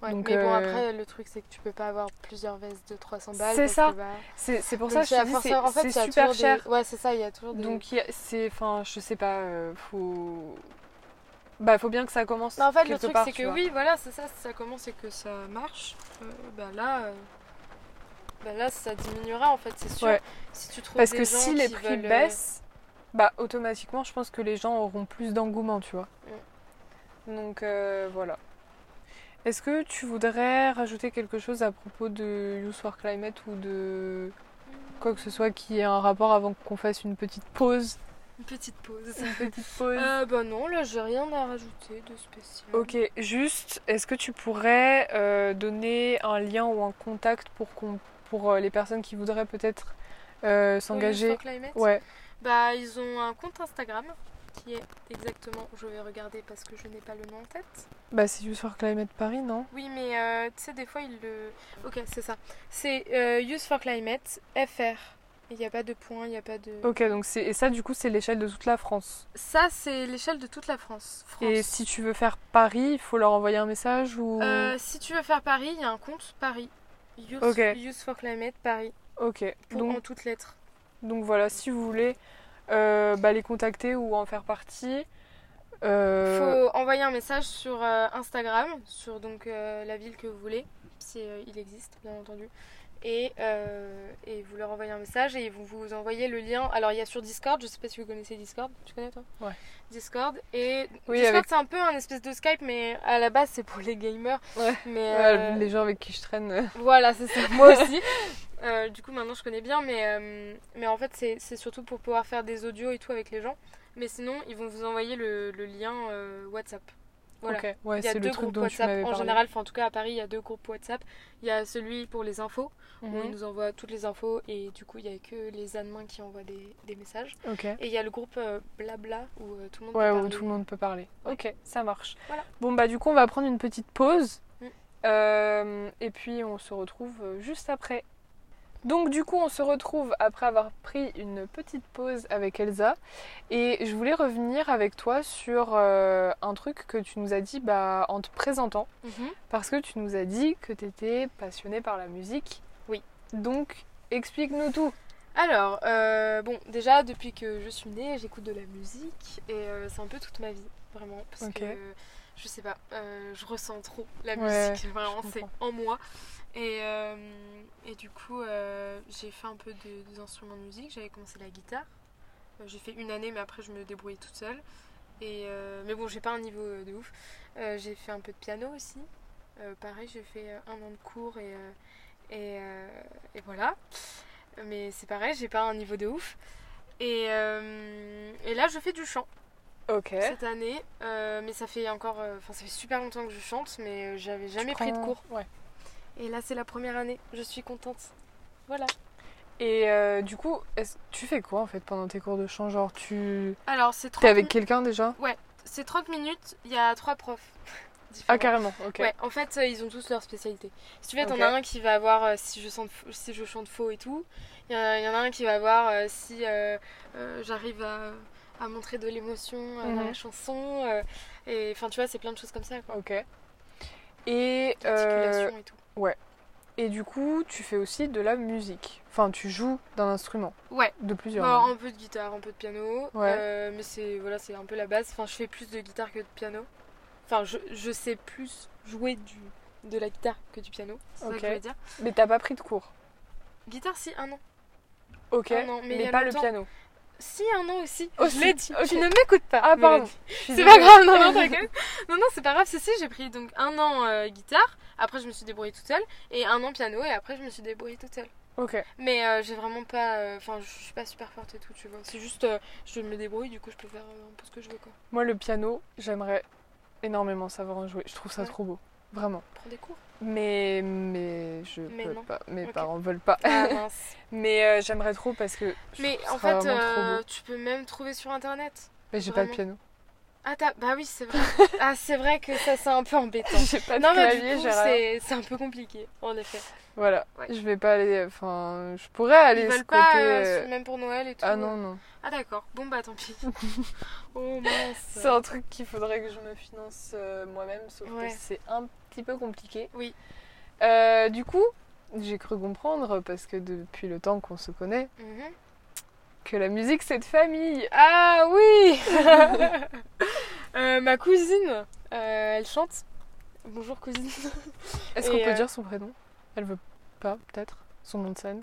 Speaker 2: Ouais,
Speaker 1: donc,
Speaker 2: mais bon,
Speaker 1: euh,
Speaker 2: après, le truc, c'est que tu peux pas avoir plusieurs vestes de 300 balles.
Speaker 1: C'est
Speaker 2: parce
Speaker 1: ça.
Speaker 2: que, bah,
Speaker 1: C'est c'est pour
Speaker 2: donc,
Speaker 1: ça
Speaker 2: à
Speaker 1: que je te
Speaker 2: force-
Speaker 1: dis, c'est
Speaker 2: en fait, il y
Speaker 1: c'est
Speaker 2: a
Speaker 1: super
Speaker 2: toujours des-
Speaker 1: cher.
Speaker 2: Ouais, c'est ça, il y a toujours des.
Speaker 1: Donc il y a- c'est, enfin, je sais pas, euh, faut, bah, faut bien que ça commence.
Speaker 2: Non, en fait, le
Speaker 1: quelque
Speaker 2: truc,
Speaker 1: part,
Speaker 2: c'est
Speaker 1: tu
Speaker 2: que
Speaker 1: vois.
Speaker 2: oui, voilà, c'est ça, si ça commence et que ça marche, euh, bah là. euh, bah là, ça diminuera en fait, c'est sûr.
Speaker 1: Ouais.
Speaker 2: Si tu trouves
Speaker 1: Parce
Speaker 2: des
Speaker 1: que
Speaker 2: gens
Speaker 1: si les
Speaker 2: qui
Speaker 1: prix
Speaker 2: veulent, euh,
Speaker 1: baissent, bah, automatiquement, je pense que les gens auront plus d'engouement, tu vois.
Speaker 2: Mm.
Speaker 1: Donc euh, voilà. Est-ce que tu voudrais rajouter quelque chose à propos de Youth for Climate ou de quoi que ce soit qui ait un rapport avant qu'on fasse une petite pause
Speaker 2: euh, Une petite pause.
Speaker 1: Une petite pause.
Speaker 2: Euh, bah non, là j'ai rien à rajouter de spécial.
Speaker 1: Ok, juste, est-ce que tu pourrais euh, donner un lien ou un contact pour, qu'on- pour euh, les personnes qui voudraient peut-être euh,
Speaker 2: Au
Speaker 1: s'engager
Speaker 2: Youth for Climate.
Speaker 1: Ouais,
Speaker 2: Bah ils ont un compte Instagram qui est exactement, je vais regarder parce que je n'ai pas le nom en tête.
Speaker 1: bah c'est Youth for Climate Paris, non
Speaker 2: Oui mais euh, tu sais des fois ils le... Ok c'est ça. C'est euh, Use for Climate FR. Il n'y a pas de point, il n'y a pas de...
Speaker 1: Ok, donc c'est et ça du coup c'est l'échelle de toute la France.
Speaker 2: Ça c'est l'échelle de toute la France. France.
Speaker 1: Et si tu veux faire Paris, il faut leur envoyer un message ou
Speaker 2: Euh, si tu veux faire Paris, il y a un compte Paris. Youth,
Speaker 1: Ok.
Speaker 2: Youth for Climate Paris.
Speaker 1: Ok,
Speaker 2: Pour-
Speaker 1: donc
Speaker 2: en toutes lettres.
Speaker 1: Donc voilà, si vous voulez euh, bah, les contacter ou en faire partie. euh,
Speaker 2: Faut envoyer un message sur euh, Instagram, sur donc euh, la ville que vous voulez, si euh, il existe bien entendu. Et, euh, et vous leur envoyez un message et ils vont vous envoyer le lien. Alors il y a sur Discord, je sais pas si vous connaissez Discord, tu connais toi
Speaker 1: Ouais.
Speaker 2: Discord et
Speaker 1: Oui,
Speaker 2: Discord
Speaker 1: avec-
Speaker 2: c'est un peu un espèce de Skype mais à la base c'est pour les gamers.
Speaker 1: Ouais.
Speaker 2: Mais
Speaker 1: ouais,
Speaker 2: euh,
Speaker 1: les gens avec qui je traîne. euh,
Speaker 2: Voilà, c'est ça. Moi aussi. Euh, du coup, maintenant, je connais bien, mais, euh, mais en fait, c'est c'est surtout pour pouvoir faire des audios et tout avec les gens. Mais sinon, ils vont vous envoyer le, le lien euh, WhatsApp. Voilà.
Speaker 1: ok. Ouais,
Speaker 2: Il y a
Speaker 1: c'est
Speaker 2: deux
Speaker 1: le truc
Speaker 2: groupes
Speaker 1: dont tu m'avais
Speaker 2: WhatsApp. En
Speaker 1: parlé.
Speaker 2: général, enfin, en tout cas, à Paris, il y a deux groupes WhatsApp. Il y a celui pour les infos, où ils
Speaker 1: Mhm,
Speaker 2: nous envoient toutes les infos, et du coup, il n'y a que les Annemains qui envoient des, des messages.
Speaker 1: Ok.
Speaker 2: Et il y a le groupe euh, Blabla, où euh, tout le monde
Speaker 1: Ouais, où
Speaker 2: peut parler.
Speaker 1: tout le monde peut parler.
Speaker 2: Ouais.
Speaker 1: Ok, ça marche.
Speaker 2: Voilà.
Speaker 1: Bon bah du coup on va prendre une petite pause.
Speaker 2: Mm.
Speaker 1: Euh, et puis on se retrouve euh, juste après. Donc du coup on se retrouve après avoir pris une petite pause avec Elsa. Et je voulais revenir avec toi sur euh, un truc que tu nous as dit bah, en te présentant.
Speaker 2: Mhm.
Speaker 1: Parce que tu nous as dit que tu étais passionnée par la musique.
Speaker 2: Oui.
Speaker 1: Donc, explique-nous tout.
Speaker 2: Alors, euh, bon, déjà, depuis que je suis née, j'écoute de la musique et euh, c'est un peu toute ma vie, vraiment. Parce
Speaker 1: Ok.
Speaker 2: que, euh, je sais pas, euh, je ressens trop la
Speaker 1: Ouais,
Speaker 2: musique, vraiment,
Speaker 1: je
Speaker 2: c'est
Speaker 1: comprends.
Speaker 2: en moi. Et, euh, et du coup, euh, j'ai fait un peu de- des instruments de musique, j'avais commencé la guitare. Euh, J'ai fait une année, mais après, je me débrouillais toute seule. Et, euh, mais bon, j'ai pas un niveau euh, de ouf. Euh, j'ai fait un peu de piano aussi. Euh, pareil, j'ai fait euh, un an de cours et, euh, et, euh, et voilà. Mais c'est pareil, j'ai pas un niveau de ouf. Et, euh, et là, je fais du chant
Speaker 1: Ok.
Speaker 2: cette année. Euh, mais ça fait encore. euh, Enfin, ça fait super longtemps que je chante, mais euh, j'avais jamais pris de cours.
Speaker 1: Ouais.
Speaker 2: Et là, c'est la première année. Je suis contente. Voilà.
Speaker 1: Et euh, du coup, est-ce- tu fais quoi en fait pendant tes cours de chant Genre, tu.
Speaker 2: Alors, c'est 30,
Speaker 1: T'es avec quelqu'un déjà
Speaker 2: c'est 30 minutes, il y a trois profs. différents.
Speaker 1: Ah, carrément, ok.
Speaker 2: Ouais, en fait, euh, ils ont tous leur spécialité. Si tu veux, t'en
Speaker 1: Ok.
Speaker 2: as un qui va avoir euh, si, je chante, fou- si je chante faux et tout. Il y, en a- il y en a un qui va voir euh, si euh, euh, j'arrive à, à montrer de l'émotion euh, dans la
Speaker 1: Mhm.
Speaker 2: chanson. euh, et enfin, tu vois, c'est plein de choses comme ça, quoi.
Speaker 1: Ok. Et, euh,
Speaker 2: Articulation et tout.
Speaker 1: et du coup, tu fais aussi de la musique. Enfin, tu joues d'un instrument.
Speaker 2: Ouais.
Speaker 1: De plusieurs.
Speaker 2: Bah,
Speaker 1: même.
Speaker 2: un peu de guitare, un peu de piano.
Speaker 1: Hein. Ouais.
Speaker 2: euh, mais c'est voilà, c'est un peu la base. Enfin, je fais plus de guitare que de piano. Enfin, je, je sais plus jouer du, de la guitare que du piano. C'est ça
Speaker 1: Ok.
Speaker 2: que je voulais dire.
Speaker 1: Mais t'as pas pris de cours.
Speaker 2: Guitare, si, un an.
Speaker 1: Ok.
Speaker 2: Ah non, mais il y
Speaker 1: mais
Speaker 2: a
Speaker 1: pas le
Speaker 2: longtemps.
Speaker 1: piano. Oh,
Speaker 2: Si, un an aussi.
Speaker 1: Aussi,
Speaker 2: Je l'ai dit.
Speaker 1: ok.
Speaker 2: Tu ne m'écoutes pas.
Speaker 1: Ah, pardon.
Speaker 2: Mélodie.
Speaker 1: Je suis
Speaker 2: C'est pas
Speaker 1: désolée.
Speaker 2: grave, non, non, t'inquiète. Non, non, c'est pas grave. Si, si, j'ai pris donc un an euh, guitare. Après, je me suis débrouillée toute seule. Et un an piano. Et après, je me suis débrouillée toute seule.
Speaker 1: Ok.
Speaker 2: Mais euh, j'ai vraiment pas. euh, Enfin, je suis pas super forte et tout, tu vois. C'est juste, euh, je me débrouille, du coup, je peux faire euh, un peu ce que je veux, quoi.
Speaker 1: Moi, le piano, j'aimerais énormément savoir en jouer. Je trouve ça
Speaker 2: Ouais.
Speaker 1: trop beau. Vraiment.
Speaker 2: Prends des cours.
Speaker 1: Mais, mais je
Speaker 2: Mais
Speaker 1: peux
Speaker 2: non.
Speaker 1: pas. Mes
Speaker 2: Ok.
Speaker 1: parents veulent pas.
Speaker 2: Ah mince.
Speaker 1: Mais euh, j'aimerais trop parce que. je
Speaker 2: Mais
Speaker 1: trouve ça
Speaker 2: en fait,
Speaker 1: vraiment trop
Speaker 2: euh,
Speaker 1: beau.
Speaker 2: tu peux même trouver sur internet.
Speaker 1: Mais j'ai pas de
Speaker 2: vraiment.
Speaker 1: piano.
Speaker 2: Ah, t'as- bah oui, c'est vrai. ah, c'est vrai que ça, c'est un peu embêtant.
Speaker 1: J'ai pas de
Speaker 2: non, mais
Speaker 1: clavier,
Speaker 2: du
Speaker 1: j'ai
Speaker 2: coup,
Speaker 1: rien.
Speaker 2: c'est c'est un peu compliqué, en effet.
Speaker 1: Voilà.
Speaker 2: Ouais.
Speaker 1: Je vais pas aller. Enfin, je pourrais aller
Speaker 2: Ils
Speaker 1: ce
Speaker 2: veulent
Speaker 1: côté.
Speaker 2: pas, euh,
Speaker 1: euh,
Speaker 2: même pour Noël et tout.
Speaker 1: Ah non, non.
Speaker 2: Ah, d'accord. Bon, bah tant pis. oh mince.
Speaker 1: C'est un truc qu'il faudrait que je me finance euh, moi-même, sauf
Speaker 2: Ouais.
Speaker 1: que c'est un petit peu compliqué.
Speaker 2: Oui.
Speaker 1: Euh, du coup, j'ai cru comprendre, parce que depuis le temps qu'on se connaît,
Speaker 2: Mhm.
Speaker 1: que la musique c'est de famille.
Speaker 2: Ah oui Euh, Ma cousine, euh, elle chante. Bonjour, cousine.
Speaker 1: Est-ce
Speaker 2: Et,
Speaker 1: qu'on peut
Speaker 2: euh,
Speaker 1: dire son prénom Elle veut pas, peut-être Son nom de scène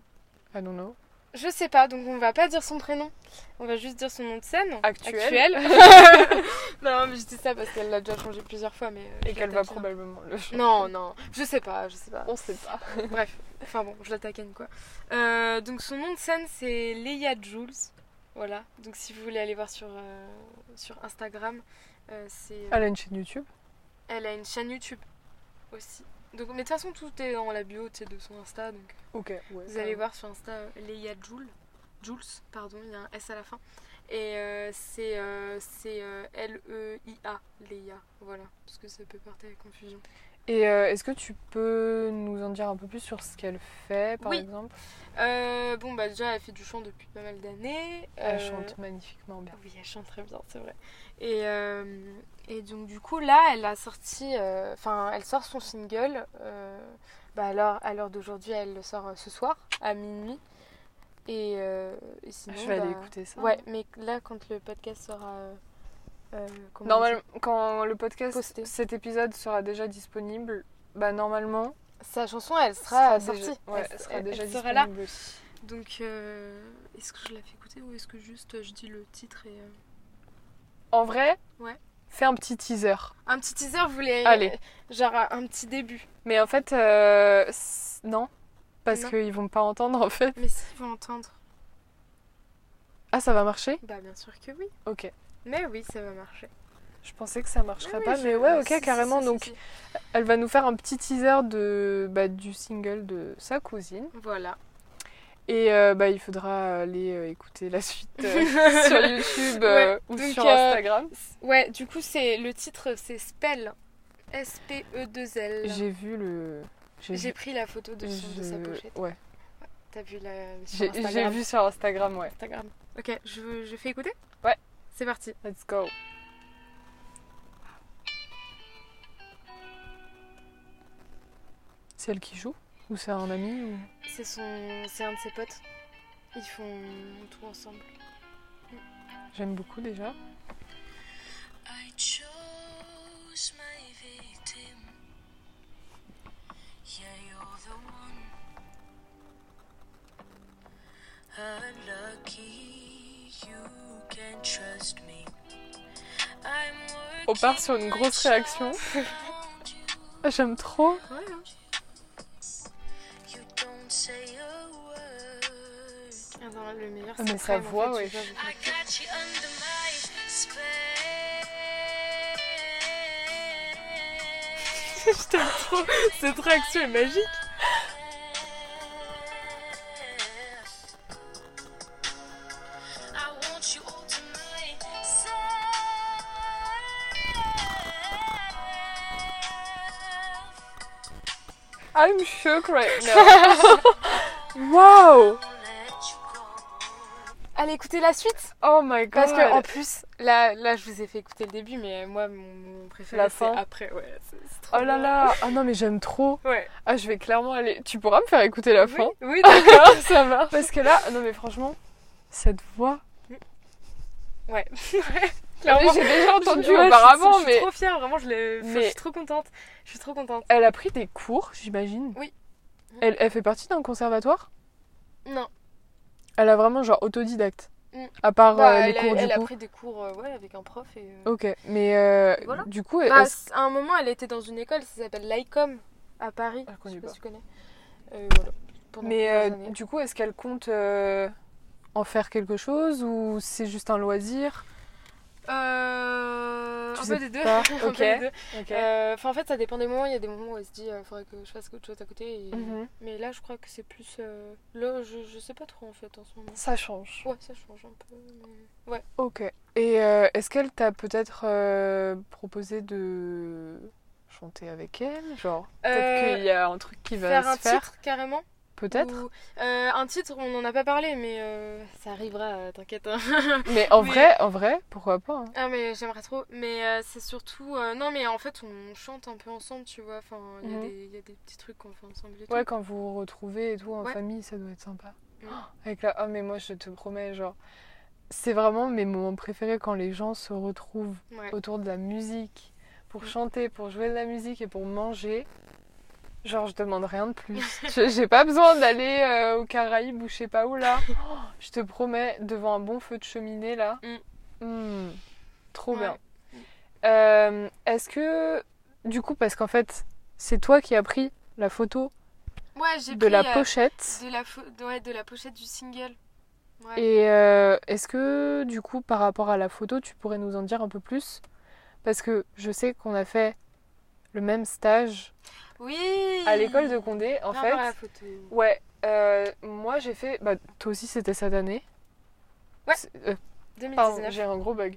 Speaker 1: I don't know.
Speaker 2: Je sais pas, donc on va pas dire son prénom. On va juste dire son nom de scène.
Speaker 1: Actuel.
Speaker 2: non, mais je dis ça parce qu'elle l'a déjà changé plusieurs fois. mais euh,
Speaker 1: Et
Speaker 2: je
Speaker 1: qu'elle
Speaker 2: la
Speaker 1: va
Speaker 2: taquine.
Speaker 1: probablement le changer.
Speaker 2: Non, non, je sais pas, je sais pas.
Speaker 1: On sait pas.
Speaker 2: Bref, enfin bon, je la taquine quoi. Euh, donc son nom de scène c'est Leia Jules. Voilà, donc si vous voulez aller voir sur, euh, sur Instagram, euh, c'est.
Speaker 1: Elle a une chaîne YouTube.
Speaker 2: Elle a une chaîne YouTube aussi. Donc, mais de toute façon, tout est dans la bio tu sais, de son Insta. Donc,
Speaker 1: Ok, ouais.
Speaker 2: vous
Speaker 1: ça
Speaker 2: allez
Speaker 1: va.
Speaker 2: voir sur Insta euh, Leia Jules. Jules, pardon, il y a un S à la fin. Et euh, c'est euh, c'est, euh, L-E-I-A, Leia. Voilà, parce que ça peut porter à la confusion.
Speaker 1: Et euh, est-ce que tu peux nous en dire un peu plus sur ce qu'elle fait, par
Speaker 2: Oui.
Speaker 1: exemple
Speaker 2: Euh, bon, bah déjà, elle fait du chant depuis pas mal d'années.
Speaker 1: Elle
Speaker 2: Euh,
Speaker 1: chante magnifiquement bien.
Speaker 2: Oui, elle chante très bien, c'est vrai. Et, euh, et donc du coup là, elle a sorti, euh, enfin, elle sort son single. euh, bah alors, à l'heure d'aujourd'hui, elle le sort euh, ce soir à minuit. Et, euh, et sinon,
Speaker 1: Je vais aller
Speaker 2: bah,
Speaker 1: écouter ça.
Speaker 2: Ouais, mais là, quand le podcast sera, euh, euh, comment on
Speaker 1: Normalement, quand le podcast,
Speaker 2: Posté.
Speaker 1: cet épisode sera déjà disponible, bah normalement,
Speaker 2: dit sa chanson, elle sera, sortie.
Speaker 1: déjà, ouais,
Speaker 2: elle,
Speaker 1: sera
Speaker 2: elle-
Speaker 1: déjà
Speaker 2: elle
Speaker 1: disponible
Speaker 2: sera là.
Speaker 1: aussi.
Speaker 2: Donc, euh, est-ce que je la fais écouter ou est-ce que juste euh, je dis le titre et euh,
Speaker 1: En vrai,
Speaker 2: Ouais.
Speaker 1: fais un petit teaser.
Speaker 2: un petit teaser, vous voulez euh,
Speaker 1: Allez.
Speaker 2: genre un petit début.
Speaker 1: Mais en fait, euh, c- non, parce
Speaker 2: Non.
Speaker 1: qu'ils vont pas entendre en fait.
Speaker 2: Mais si vous entendre,
Speaker 1: Ah, ça va marcher
Speaker 2: bah bien sûr que oui.
Speaker 1: Ok.
Speaker 2: Mais oui, ça va marcher.
Speaker 1: Je pensais que ça marcherait
Speaker 2: Ah
Speaker 1: pas,
Speaker 2: oui,
Speaker 1: mais
Speaker 2: je-
Speaker 1: ouais,
Speaker 2: bah,
Speaker 1: ok,
Speaker 2: si, si,
Speaker 1: carrément.
Speaker 2: si, si,
Speaker 1: donc,
Speaker 2: si.
Speaker 1: elle va nous faire un petit teaser de, bah, du single de sa cousine.
Speaker 2: Voilà.
Speaker 1: Et euh, bah, il faudra aller euh, écouter la suite euh, sur YouTube euh,
Speaker 2: Ouais,
Speaker 1: ou
Speaker 2: donc,
Speaker 1: sur
Speaker 2: euh,
Speaker 1: Instagram.
Speaker 2: Ouais, du coup, c'est le titre, c'est Spell. S-P-E-2-L.
Speaker 1: J'ai vu le.
Speaker 2: J'ai pris la photo de, son- de sa
Speaker 1: je-
Speaker 2: pochette.
Speaker 1: Ouais.
Speaker 2: T'as vu la. sur
Speaker 1: J'ai j'ai
Speaker 2: Instagram.
Speaker 1: vu sur Instagram, ouais.
Speaker 2: Instagram. Ok, je, je fais écouter
Speaker 1: Ouais.
Speaker 2: C'est parti.
Speaker 1: Let's go. C'est elle qui joue Ou c'est un ami ou...
Speaker 2: C'est son... c'est un de ses potes. Ils font tout ensemble.
Speaker 1: J'aime beaucoup déjà.
Speaker 3: I chose my victim. Yeah, you're the one. Unlucky, you can trust me. I'm
Speaker 1: On part sur une grosse réaction.
Speaker 3: around you.
Speaker 1: Ah, J'aime trop.
Speaker 2: Ouais, hein.
Speaker 3: You don't say a word.
Speaker 2: Ah non, le meilleur,
Speaker 1: Ah,
Speaker 2: c'est
Speaker 1: mais sa
Speaker 2: Prime, en
Speaker 1: voix,
Speaker 2: fait,
Speaker 1: ouais.
Speaker 2: je sais pas.
Speaker 3: I got you under my spell.
Speaker 1: Je t'aime trop. Cette réaction est magique.
Speaker 3: I want you all to myself.
Speaker 1: I'm shook right now. wow.
Speaker 3: Won't let you go.
Speaker 2: Allez, écoutez la suite
Speaker 1: Oh my god.
Speaker 2: Parce que en plus, là, là, je vous ai fait écouter le début, mais moi, mon, mon
Speaker 1: La
Speaker 2: préféré, c'est
Speaker 1: fin.
Speaker 2: après. Ouais, c'est c'est trop
Speaker 1: Oh là
Speaker 2: bien.
Speaker 1: là. Ah non, mais j'aime trop.
Speaker 2: Ouais.
Speaker 1: Ah, je vais clairement aller. Tu pourras me faire écouter la fin
Speaker 2: Oui, oui, d'accord, ça marche.
Speaker 1: Parce que là, non, mais franchement, cette voix.
Speaker 2: Ouais.
Speaker 1: Mais
Speaker 2: Clairement.
Speaker 1: J'ai déjà entendu
Speaker 2: Ouais, je-
Speaker 1: auparavant,
Speaker 2: je, suis
Speaker 1: mais.
Speaker 2: trop fière, vraiment, je, l'ai- enfin,
Speaker 1: Mais-
Speaker 2: je suis trop contente. Je suis trop contente.
Speaker 1: Elle a pris des cours, j'imagine.
Speaker 2: Oui.
Speaker 1: Elle, elle fait partie d'un conservatoire
Speaker 2: Non,
Speaker 1: Elle a vraiment genre autodidacte.
Speaker 2: Mm.
Speaker 1: À part
Speaker 2: Bah,
Speaker 1: euh, les
Speaker 2: elle, a-
Speaker 1: cours
Speaker 2: elle
Speaker 1: du
Speaker 2: a
Speaker 1: coup.
Speaker 2: pris des cours euh, ouais, avec un prof. Et, euh,
Speaker 1: Ok, mais euh,
Speaker 2: Voilà.
Speaker 1: du coup, elle-
Speaker 2: bah,
Speaker 1: est-ce-
Speaker 2: à un moment, elle était dans une école, ça s'appelle l'ICOM à Paris.
Speaker 1: Ah, je
Speaker 2: je
Speaker 1: connais
Speaker 2: sais pas
Speaker 1: pas.
Speaker 2: si tu connais. Euh, voilà. Pendant
Speaker 1: mais
Speaker 2: plusieurs
Speaker 1: euh,
Speaker 2: années.
Speaker 1: du coup, est-ce qu'elle compte euh, en faire quelque chose ou c'est juste un loisir
Speaker 2: Euh,
Speaker 1: tu
Speaker 2: un
Speaker 1: sais
Speaker 2: peu des deux.
Speaker 1: pas,
Speaker 2: Un peu
Speaker 1: ok.
Speaker 2: des deux.
Speaker 1: Ok.
Speaker 2: Euh, enfin, en fait, ça dépend des moments. Il y a des moments où elle se dit, il faudrait que je fasse quelque chose à côté. et-
Speaker 1: Mhm.
Speaker 2: Mais là, je crois que c'est plus. euh, Là, je, je sais pas trop en fait en ce moment.
Speaker 1: Ça change.
Speaker 2: Ouais, ça change un peu. mais-
Speaker 1: Ok. Et euh, est-ce qu'elle t'a peut-être euh, proposé de chanter avec elle Genre, peut-être
Speaker 2: Euh,
Speaker 1: qu'il y a un truc qui va
Speaker 2: Faire
Speaker 1: se
Speaker 2: un
Speaker 1: faire.
Speaker 2: titre carrément
Speaker 1: Peut-être.
Speaker 2: Ou- euh, un titre, on n'en a pas parlé, mais euh, ça arrivera, euh, t'inquiète. hein.
Speaker 1: Mais en
Speaker 2: Mais-
Speaker 1: vrai, en vrai, pourquoi pas hein.
Speaker 2: ah, mais j'aimerais trop. Mais euh, c'est surtout. euh, non, mais en fait, on chante un peu ensemble, tu vois. Enfin, il y a
Speaker 1: Mhm.
Speaker 2: des- il y, a des petits trucs qu'on fait ensemble et
Speaker 1: Ouais, quand vous vous retrouvez et tout en
Speaker 2: Ouais.
Speaker 1: famille, ça doit être sympa.
Speaker 2: Mm.
Speaker 1: Oh, Avec la... Ah mais moi je te promets, genre, c'est vraiment mes moments préférés quand les gens se retrouvent
Speaker 2: tout. Ouais.
Speaker 1: autour de la musique, pour
Speaker 2: Mm.
Speaker 1: chanter, pour jouer de la musique et pour manger. Genre, je demande rien de plus. Je- J'ai pas besoin d'aller euh, aux Caraïbes ou je sais pas où là. Oh, je te promets, devant un bon feu de cheminée là. Mm. Trop
Speaker 2: Ouais.
Speaker 1: bien. Euh, Est-ce que, du coup, parce qu'en fait, c'est toi qui as pris la photo
Speaker 2: Ouais, j'ai
Speaker 1: de la
Speaker 2: pris, euh,
Speaker 1: pochette.
Speaker 2: de la, fo- de- ouais, de la pochette du single. Ouais.
Speaker 1: Et euh, est-ce que, du coup, par rapport à la photo, tu pourrais nous en dire un peu plus Parce que je sais qu'on a fait le même stage
Speaker 2: Oui
Speaker 1: à l'école de Condé, en
Speaker 2: Viens
Speaker 1: fait.
Speaker 2: voir la photo.
Speaker 1: Ouais, euh, moi j'ai fait. Bah, toi aussi, c'était cette année.
Speaker 2: Ouais.
Speaker 1: C'est- euh, pardon,
Speaker 2: 2019.
Speaker 1: j'ai un gros bug.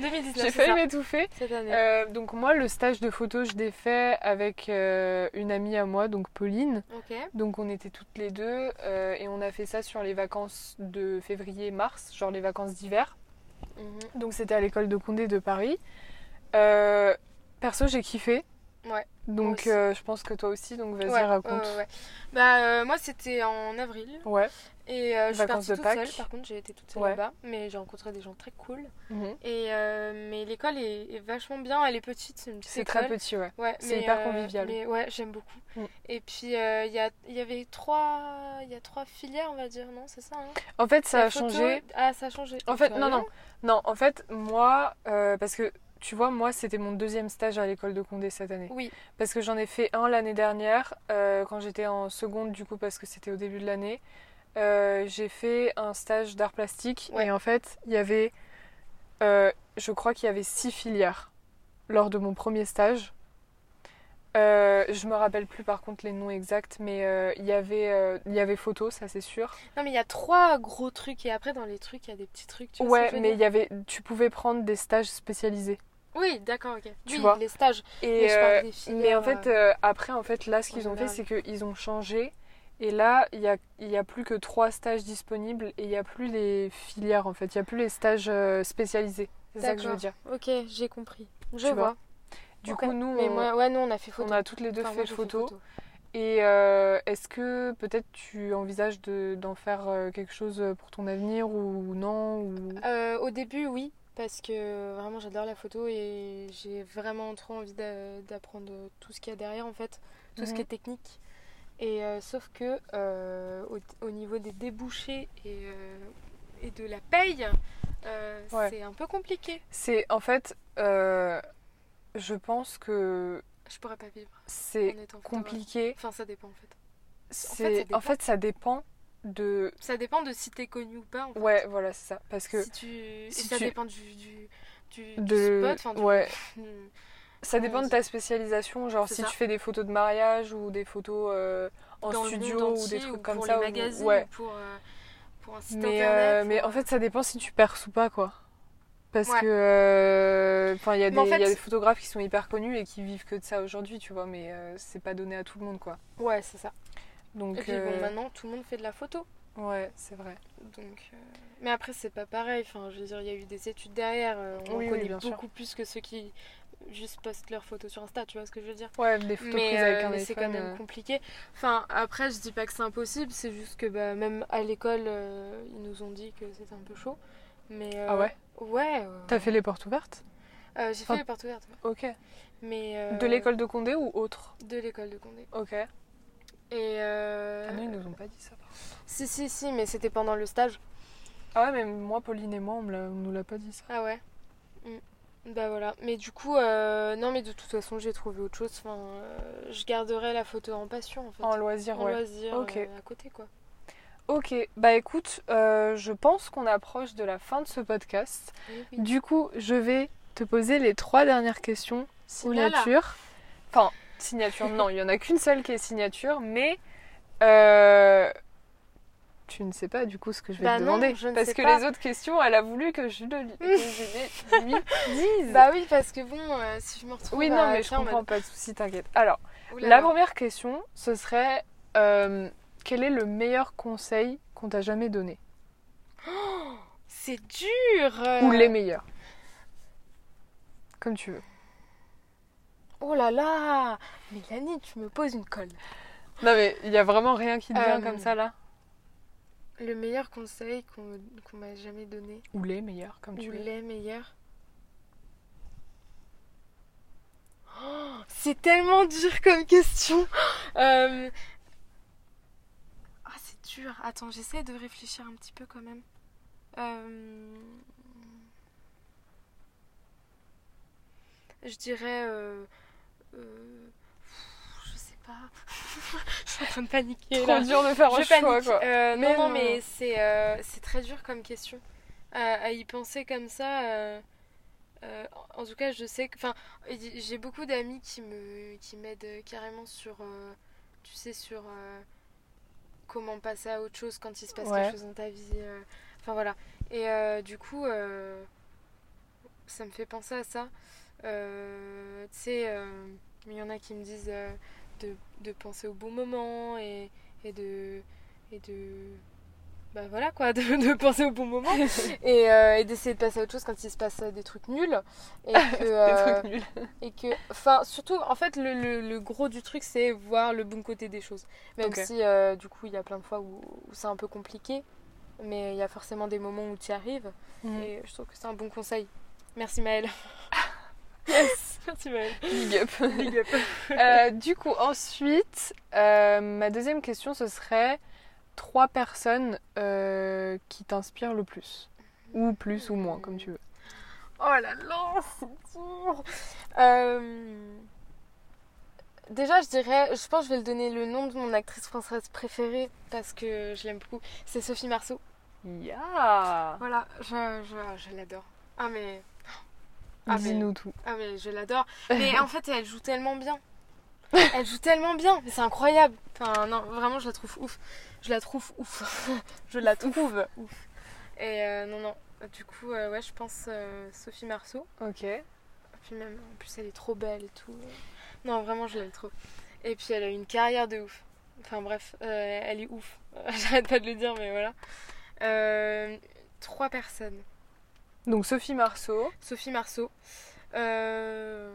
Speaker 2: 2019,
Speaker 1: J'ai
Speaker 2: c'est
Speaker 1: failli
Speaker 2: ça,
Speaker 1: m'étouffer.
Speaker 2: cette année.
Speaker 1: Euh, donc, moi, le stage de photo, je l'ai fait avec euh, une amie à moi, donc Pauline.
Speaker 2: Ok.
Speaker 1: Donc, on était toutes les deux euh, et on a fait ça sur les vacances de février-mars, genre les vacances d'hiver.
Speaker 2: Mhm.
Speaker 1: Donc c'était à l'école de Condé de Paris. Euh, perso, j'ai kiffé.
Speaker 2: Ouais, moi
Speaker 1: Donc
Speaker 2: aussi.
Speaker 1: euh, je pense que toi aussi, donc vas-y,
Speaker 2: Ouais,
Speaker 1: raconte.
Speaker 2: ouais, ouais. Bah, euh, moi, c'était en avril.
Speaker 1: Ouais.
Speaker 2: Et euh, je suis
Speaker 1: Vacances
Speaker 2: partie
Speaker 1: de
Speaker 2: toute
Speaker 1: Pâques.
Speaker 2: seule. Par contre, j'ai été toute seule
Speaker 1: Ouais.
Speaker 2: là-bas. Mais j'ai rencontré des gens très cool.
Speaker 1: Mhm.
Speaker 2: Et, euh, mais l'école est, est vachement bien. Elle est petite. C'est une petite
Speaker 1: C'est très
Speaker 2: école.
Speaker 1: petit, ouais.
Speaker 2: Ouais,
Speaker 1: C'est
Speaker 2: mais,
Speaker 1: hyper
Speaker 2: euh,
Speaker 1: convivial.
Speaker 2: Mais ouais, j'aime beaucoup.
Speaker 1: Mm.
Speaker 2: Et puis, euh, il y, a- il y avait trois, il y a trois filières, on va dire, non C'est ça hein
Speaker 1: En fait, ça
Speaker 2: La
Speaker 1: a
Speaker 2: photo-
Speaker 1: changé.
Speaker 2: Ah, ça a changé.
Speaker 1: En fait,
Speaker 2: Tu
Speaker 1: non, non.
Speaker 2: rigoles
Speaker 1: Non, en fait, moi, euh, parce que tu vois, moi, c'était mon deuxième stage à l'école de Condé cette année.
Speaker 2: Oui,
Speaker 1: Parce que j'en ai fait un l'année dernière, euh, quand j'étais en seconde, du coup, parce que c'était au début de l'année. Euh, j'ai fait un stage d'art plastique
Speaker 2: Ouais.
Speaker 1: et en fait, il y avait, euh, je crois qu'il y avait six filières lors de mon premier stage. Euh, je me rappelle plus par contre les noms exacts, mais euh, il y avait, euh, il y avait photo, ça c'est sûr.
Speaker 2: non, mais il y a trois gros trucs. Et après, dans les trucs, il y a des petits trucs. Tu vois ce
Speaker 1: ouais,
Speaker 2: que je veux
Speaker 1: mais
Speaker 2: dire
Speaker 1: il y avait, tu pouvais prendre des stages spécialisés.
Speaker 2: Oui, d'accord, ok.
Speaker 1: Tu
Speaker 2: oui,
Speaker 1: vois.
Speaker 2: les stages.
Speaker 1: Et
Speaker 2: Mais je parle
Speaker 1: euh,
Speaker 2: des filières,
Speaker 1: mais en fait, euh, après, en fait, là, ce
Speaker 2: en
Speaker 1: qu'ils ont fait,
Speaker 2: général.
Speaker 1: c'est qu'ils ont changé. Et là, il n'y a, il y a plus que trois stages disponibles et il n'y a plus les filières, en fait. Il n'y a plus les stages euh, spécialisés. C'est ça que je veux
Speaker 2: D'accord.
Speaker 1: dire.
Speaker 2: Ok, j'ai compris. Je
Speaker 1: Tu
Speaker 2: vois.
Speaker 1: vois. Du
Speaker 2: Ok.
Speaker 1: coup, nous,
Speaker 2: Mais
Speaker 1: on,
Speaker 2: moi, ouais, nous, on a fait photo.
Speaker 1: on a toutes les deux
Speaker 2: Enfin, moi,
Speaker 1: fait
Speaker 2: j'ai
Speaker 1: photo. Et euh, est-ce que peut-être tu envisages de- d'en faire euh, quelque chose pour ton avenir ou non ou...
Speaker 2: Euh, au début, oui, parce que vraiment j'adore la photo et j'ai vraiment trop envie d'a- d'apprendre tout ce qu'il y a derrière en fait, tout ce
Speaker 1: Mhm.
Speaker 2: qui est technique. Et euh, sauf que euh, au, au niveau des débouchés et, euh, et de la paye, euh,
Speaker 1: Ouais.
Speaker 2: c'est un peu compliqué.
Speaker 1: C'est en fait, euh, je pense que
Speaker 2: Je pourrais pas vivre
Speaker 1: c'est
Speaker 2: en étant photographe.
Speaker 1: compliqué.
Speaker 2: Enfin, ça dépend en fait.
Speaker 1: C'est
Speaker 2: ça
Speaker 1: en fait, ça dépend de
Speaker 2: Ça dépend de si t'es connu ou pas. En fait.
Speaker 1: Ouais, voilà, c'est ça. Parce que
Speaker 2: Si tu... et
Speaker 1: si
Speaker 2: ça
Speaker 1: tu-
Speaker 2: dépend du, du, du- du
Speaker 1: de...
Speaker 2: spot, enfin, du-
Speaker 1: ouais,
Speaker 2: du-
Speaker 1: ça
Speaker 2: comment
Speaker 1: dépend
Speaker 2: on
Speaker 1: de
Speaker 2: dit
Speaker 1: ta spécialisation. Genre,
Speaker 2: C'est
Speaker 1: si
Speaker 2: ça.
Speaker 1: tu fais des photos de mariage ou des photos euh, en
Speaker 2: dans le
Speaker 1: studio
Speaker 2: monde
Speaker 1: ou
Speaker 2: entier,
Speaker 1: des trucs comme
Speaker 2: pour
Speaker 1: ça.
Speaker 2: les
Speaker 1: ou-
Speaker 2: magazines,
Speaker 1: ouais.
Speaker 2: ou pour, euh, pour un site
Speaker 1: Mais,
Speaker 2: internet.
Speaker 1: euh, mais
Speaker 2: pour-
Speaker 1: en fait, ça dépend si tu perces ou pas, quoi. Parce
Speaker 2: Ouais.
Speaker 1: que. euh, Enfin, il y, a
Speaker 2: Mais en
Speaker 1: des- il y a
Speaker 2: fait-
Speaker 1: des photographes qui sont hyper connus et qui vivent que de ça aujourd'hui, tu vois. Mais euh, c'est pas donné à tout le monde, quoi.
Speaker 2: Ouais, c'est ça.
Speaker 1: Donc.
Speaker 2: Et puis
Speaker 1: euh,
Speaker 2: bon, maintenant, tout le monde fait de la photo.
Speaker 1: ouais, c'est vrai.
Speaker 2: Donc, euh, Mais après, c'est pas pareil. Enfin, je veux dire, il y a eu des études derrière. euh, on en
Speaker 1: Oui, oui,
Speaker 2: connaît
Speaker 1: bien sûr.
Speaker 2: beaucoup plus que ceux qui juste postent leurs photos sur Insta, tu vois ce que je veux dire
Speaker 1: Ouais, des photos
Speaker 2: mais
Speaker 1: prises avec
Speaker 2: euh,
Speaker 1: un
Speaker 2: mais
Speaker 1: iPhone.
Speaker 2: c'est quand même
Speaker 1: euh,
Speaker 2: compliqué. Enfin, après, je dis pas que c'est impossible, c'est juste que bah, même à l'école, euh, ils nous ont dit que c'était un peu chaud. Mais, euh,
Speaker 1: Ah ouais
Speaker 2: Ouais. euh,
Speaker 1: T'as fait les portes ouvertes
Speaker 2: euh, J'ai fait
Speaker 1: Enfin-
Speaker 2: les portes ouvertes. ouais.
Speaker 1: Ok.
Speaker 2: Mais, euh,
Speaker 1: De l'école de Condé ou autre
Speaker 2: De l'école de Condé.
Speaker 1: Ok.
Speaker 2: Et euh,
Speaker 1: Ah non, ils nous ont pas dit ça.
Speaker 2: Si, si, si, mais c'était pendant le stage.
Speaker 1: Ah ouais, mais moi, Pauline et moi, on, me l'a- on nous l'a pas dit ça.
Speaker 2: Ah ouais. Mm. Bah voilà. Mais du coup, euh, non, mais de toute façon, j'ai trouvé autre chose. Enfin, euh, je garderai la photo en passion, en fait.
Speaker 1: En loisir,
Speaker 2: En
Speaker 1: ouais.
Speaker 2: loisir,
Speaker 1: Ok.
Speaker 2: euh, à côté, quoi.
Speaker 1: Ok, bah écoute, euh, je pense qu'on approche de la fin de ce podcast.
Speaker 2: Oui, oui.
Speaker 1: Du coup, je vais te poser les trois dernières questions
Speaker 2: Ouh là là.
Speaker 1: signature. Enfin, signature, non, il y en a qu'une seule qui est signature, mais euh, tu ne sais pas du coup ce que je vais
Speaker 2: Bah
Speaker 1: te
Speaker 2: non,
Speaker 1: demander.
Speaker 2: je ne
Speaker 1: parce
Speaker 2: sais
Speaker 1: que
Speaker 2: pas.
Speaker 1: les autres questions, elle a voulu que je le que je les lui dise.
Speaker 2: Bah oui, parce que bon, euh, si je me retrouve.
Speaker 1: oui,
Speaker 2: à-
Speaker 1: non, mais je
Speaker 2: tiens, on va-
Speaker 1: comprends pas de soucis, t'inquiète. Alors.
Speaker 2: Ouh là
Speaker 1: La
Speaker 2: là.
Speaker 1: première question, ce serait euh, quel est le meilleur conseil qu'on t'a jamais donné
Speaker 2: C'est dur euh.
Speaker 1: Ou les meilleurs Comme tu veux.
Speaker 2: Oh là là Mélanie, tu me poses une colle.
Speaker 1: Non mais il y a vraiment rien qui te vient
Speaker 2: Euh,
Speaker 1: comme ça là
Speaker 2: Le meilleur conseil qu'on qu'on m'a jamais donné,
Speaker 1: Ou les meilleurs, comme tu
Speaker 2: ou
Speaker 1: veux.
Speaker 2: les meilleurs. Oh, c'est tellement dur comme question. Euh, Ah, c'est dur. Attends, j'essaie de réfléchir un petit peu quand même. Euh, Je dirais. euh, euh, Je sais pas. Je suis en train de paniquer
Speaker 1: Trop
Speaker 2: là.
Speaker 1: dur de faire un
Speaker 2: je
Speaker 1: choix,
Speaker 2: panique.
Speaker 1: quoi. Mais
Speaker 2: Euh, non, non,
Speaker 1: non.
Speaker 2: mais c'est euh, c'est très dur comme question. À, à y penser comme ça. euh, euh, en en tout cas, je sais que. Enfin, y- j'ai beaucoup d'amis qui me qui m'aident euh, carrément sur. euh, tu sais, sur. euh, comment passer à autre chose quand il se passe
Speaker 1: Ouais.
Speaker 2: quelque chose dans ta vie. euh. Enfin, voilà. Et euh, du coup, euh, ça me fait penser à ça. Euh, tu sais, euh, il y en a qui me disent euh, de, de penser au bon moment et, et de. Et de bah voilà quoi, de, de penser au bon moment et, euh, et d'essayer de passer à autre chose quand il se passe euh, des trucs nuls. Et que,
Speaker 1: Des
Speaker 2: euh,
Speaker 1: trucs nuls.
Speaker 2: et que enfin, surtout, en fait, le, le- le gros du truc, c'est voir le bon côté des choses. Même
Speaker 1: Ok.
Speaker 2: si, euh, du coup, il y a plein de fois où, où c'est un peu compliqué, mais il y a forcément des moments où tu y arrives.
Speaker 1: Mhm.
Speaker 2: Et je trouve que c'est un bon conseil. Merci Maëlle. Merci Maëlle.
Speaker 1: Big up. Euh, du coup, ensuite, euh, ma deuxième question, ce serait trois personnes euh, qui t'inspirent le plus. Ou plus ou moins, comme tu veux.
Speaker 2: Oh là là, c'est dur. Euh, Déjà, je dirais, je pense que je vais le donner le nom de mon actrice française préférée parce que je l'aime beaucoup. C'est Sophie Marceau.
Speaker 1: Yeah
Speaker 2: Voilà, je, je, je l'adore. Ah mais, Ah, mais-
Speaker 1: Dis-nous tout.
Speaker 2: ah mais je l'adore. Mais en fait, elle joue tellement bien. Elle joue tellement bien, mais c'est incroyable. Enfin, non, vraiment, je la trouve ouf. Je la trouve ouf. je la trouve ouf. Et euh, non, non. Du coup, euh, ouais, je pense euh, Sophie Marceau.
Speaker 1: Ok.
Speaker 2: Puis même, en plus, elle est trop belle et tout. Non, vraiment, je l'aime trop. Et puis, elle a une carrière de ouf. Enfin, bref, euh, elle est ouf. J'arrête pas de le dire, mais voilà. Euh, trois personnes.
Speaker 1: Donc Sophie Marceau.
Speaker 2: Sophie Marceau. Euh,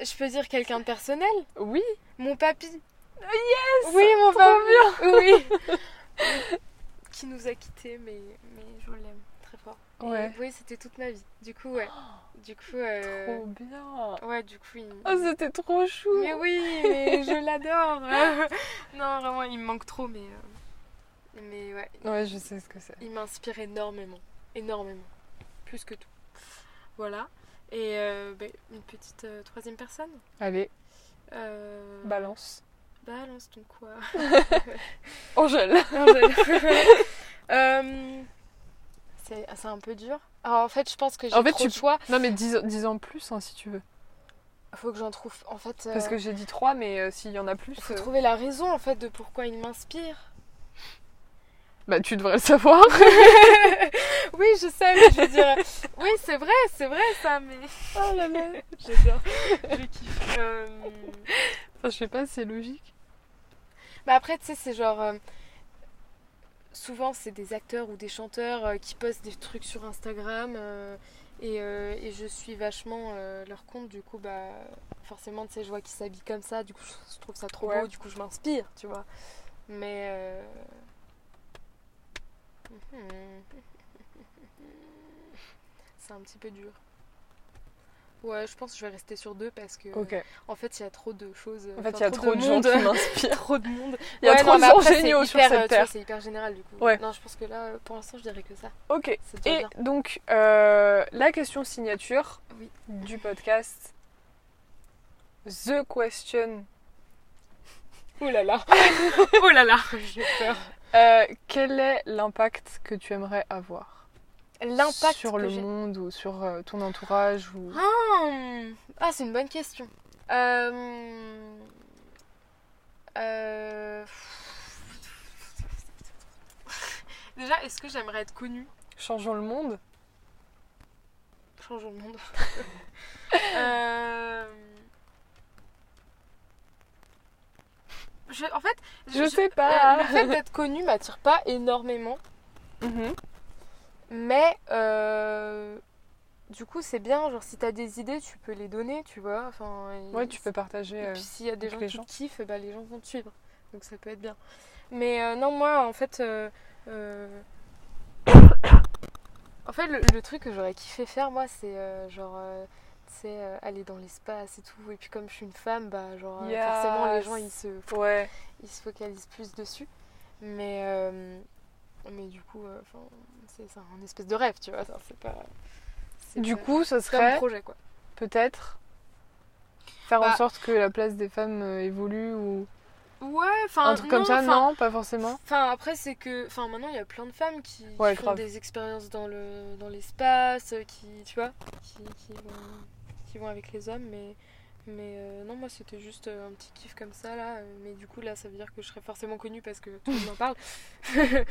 Speaker 2: Je peux dire quelqu'un de personnel
Speaker 1: Oui
Speaker 2: Mon papy. Yes Oui, mon papy. Oui. Qui nous a quittés, mais, mais je l'aime très fort. Et
Speaker 1: Ouais.
Speaker 2: oui, c'était toute ma vie. Du coup, ouais. Du coup, euh,
Speaker 1: Trop bien
Speaker 2: Ouais, du coup, il...
Speaker 1: Oh, c'était trop chou
Speaker 2: Mais oui, mais je l'adore. non, vraiment, il me manque trop, mais... euh, Mais ouais,
Speaker 1: Ouais, je sais ce que c'est.
Speaker 2: il m'inspire énormément. Énormément. Plus que tout. Voilà. Et euh, bah, une petite euh, troisième personne.
Speaker 1: Allez,
Speaker 2: Euh,
Speaker 1: Mm. balance.
Speaker 2: Balance ton quoi.
Speaker 1: Angèle
Speaker 2: Angèle. Euh, C'est ah, c'est un peu dur. Alors, en fait, je pense que j'ai
Speaker 1: En fait,
Speaker 2: trop
Speaker 1: tu-
Speaker 2: de choix.
Speaker 1: Non, mais dis, dis en plus, hein, si tu veux.
Speaker 2: Faut que j'en trouve. En fait,
Speaker 1: Parce
Speaker 2: euh,
Speaker 1: que j'ai dit trois, mais euh, s'il y en a plus...
Speaker 2: faut
Speaker 1: euh,
Speaker 2: trouver la raison en fait de pourquoi il m'inspire.
Speaker 1: Bah, tu devrais le savoir
Speaker 2: Oui, je sais, mais je veux dire. Oui, c'est vrai, c'est vrai ça, mais.
Speaker 1: Oh la merde
Speaker 2: J'adore. Je kiffe. Euh,
Speaker 1: Enfin, je sais pas, c'est logique.
Speaker 2: Mais Bah, après, tu sais, c'est genre. euh, Souvent, c'est des acteurs ou des chanteurs euh, qui postent des trucs sur Instagram. euh, Et, euh, et je suis vachement euh, leur compte, du coup, bah, forcément, tu sais, je vois qu'ils s'habillent comme ça, du coup, je trouve ça trop
Speaker 1: Ouais.
Speaker 2: beau, du coup, je m'inspire, tu vois. Mais. euh, mhm. C'est un petit peu dur. Ouais, je pense que je vais rester sur deux parce que.
Speaker 1: Ok.
Speaker 2: En fait, il y a trop de choses. euh,
Speaker 1: En fait, il y
Speaker 2: enfin,
Speaker 1: a trop de gens
Speaker 2: monde.
Speaker 1: qui m'inspirent.
Speaker 2: trop de monde.
Speaker 1: Il y a
Speaker 2: Ouais,
Speaker 1: trop
Speaker 2: non,
Speaker 1: de
Speaker 2: mais
Speaker 1: gens
Speaker 2: après, c'est
Speaker 1: géniaux sur
Speaker 2: hyper, euh,
Speaker 1: cette
Speaker 2: tu
Speaker 1: terre.
Speaker 2: vois, C'est hyper général du coup.
Speaker 1: Ouais.
Speaker 2: Non, je pense que là, euh, pour l'instant, je dirais que ça.
Speaker 1: Ok.
Speaker 2: C'est déjà
Speaker 1: Et
Speaker 2: bien.
Speaker 1: donc, euh, la question signature
Speaker 2: Oui.
Speaker 1: du podcast The Question.
Speaker 2: Oh là là. oh là là. J'ai peur.
Speaker 1: Euh, quel est l'impact que tu aimerais avoir
Speaker 2: L'impact
Speaker 1: sur
Speaker 2: que
Speaker 1: le
Speaker 2: j'ai- Ah.
Speaker 1: monde ou sur euh, ton entourage ou...
Speaker 2: Hmm. Ah, c'est une bonne question. Euh... euh, Déjà, est-ce que j'aimerais être connue
Speaker 1: Changeons le monde
Speaker 2: Changeons le monde. Euh, je- en fait,
Speaker 1: Je
Speaker 2: je-
Speaker 1: sais
Speaker 2: Euh,
Speaker 1: pas.
Speaker 2: le fait d'être connu m'attire pas énormément,
Speaker 1: Mhm.
Speaker 2: mais euh, du coup c'est bien, genre si t'as des idées tu peux les donner, tu vois. Enfin, et-
Speaker 1: Ouais, tu peux partager.
Speaker 2: Et
Speaker 1: euh,
Speaker 2: puis s'il y a des
Speaker 1: avec
Speaker 2: gens
Speaker 1: les
Speaker 2: qui
Speaker 1: gens.
Speaker 2: te kiffent, eh ben, les gens vont te suivre, donc ça peut être bien. Mais euh, non moi en fait, euh, euh, en fait le, le truc que j'aurais kiffé faire moi c'est euh, genre euh, tu sais, euh, aller dans l'espace et tout et puis comme je suis une femme bah genre euh, forcément les
Speaker 1: Yes.
Speaker 2: gens ils se
Speaker 1: Ouais.
Speaker 2: ils se focalisent plus dessus. Mais, euh, mais du coup, euh, 'fin, c'est c'est un espèce de rêve, tu vois. ça, C'est pas. c'est
Speaker 1: Du
Speaker 2: pas-
Speaker 1: coup, ce
Speaker 2: c'est pas mon
Speaker 1: serait
Speaker 2: projet, quoi.
Speaker 1: peut-être Faire en
Speaker 2: Bah.
Speaker 1: sorte que la place des femmes euh, évolue ou
Speaker 2: Ouais, enfin.
Speaker 1: un truc comme ça,
Speaker 2: Ah non, enfin,
Speaker 1: non, pas forcément.
Speaker 2: Enfin, après, c'est que. Enfin, maintenant, il y a plein de femmes qui, qui
Speaker 1: Ouais,
Speaker 2: font
Speaker 1: grave.
Speaker 2: des expériences dans le dans l'espace, euh, qui. Tu vois qui, qui, vont, qui vont avec les hommes, mais. Mais euh, non, moi c'était juste euh, un petit kiff comme ça là. euh, Mais du coup, là, ça veut dire que je serai forcément connue parce que tout le monde en parle.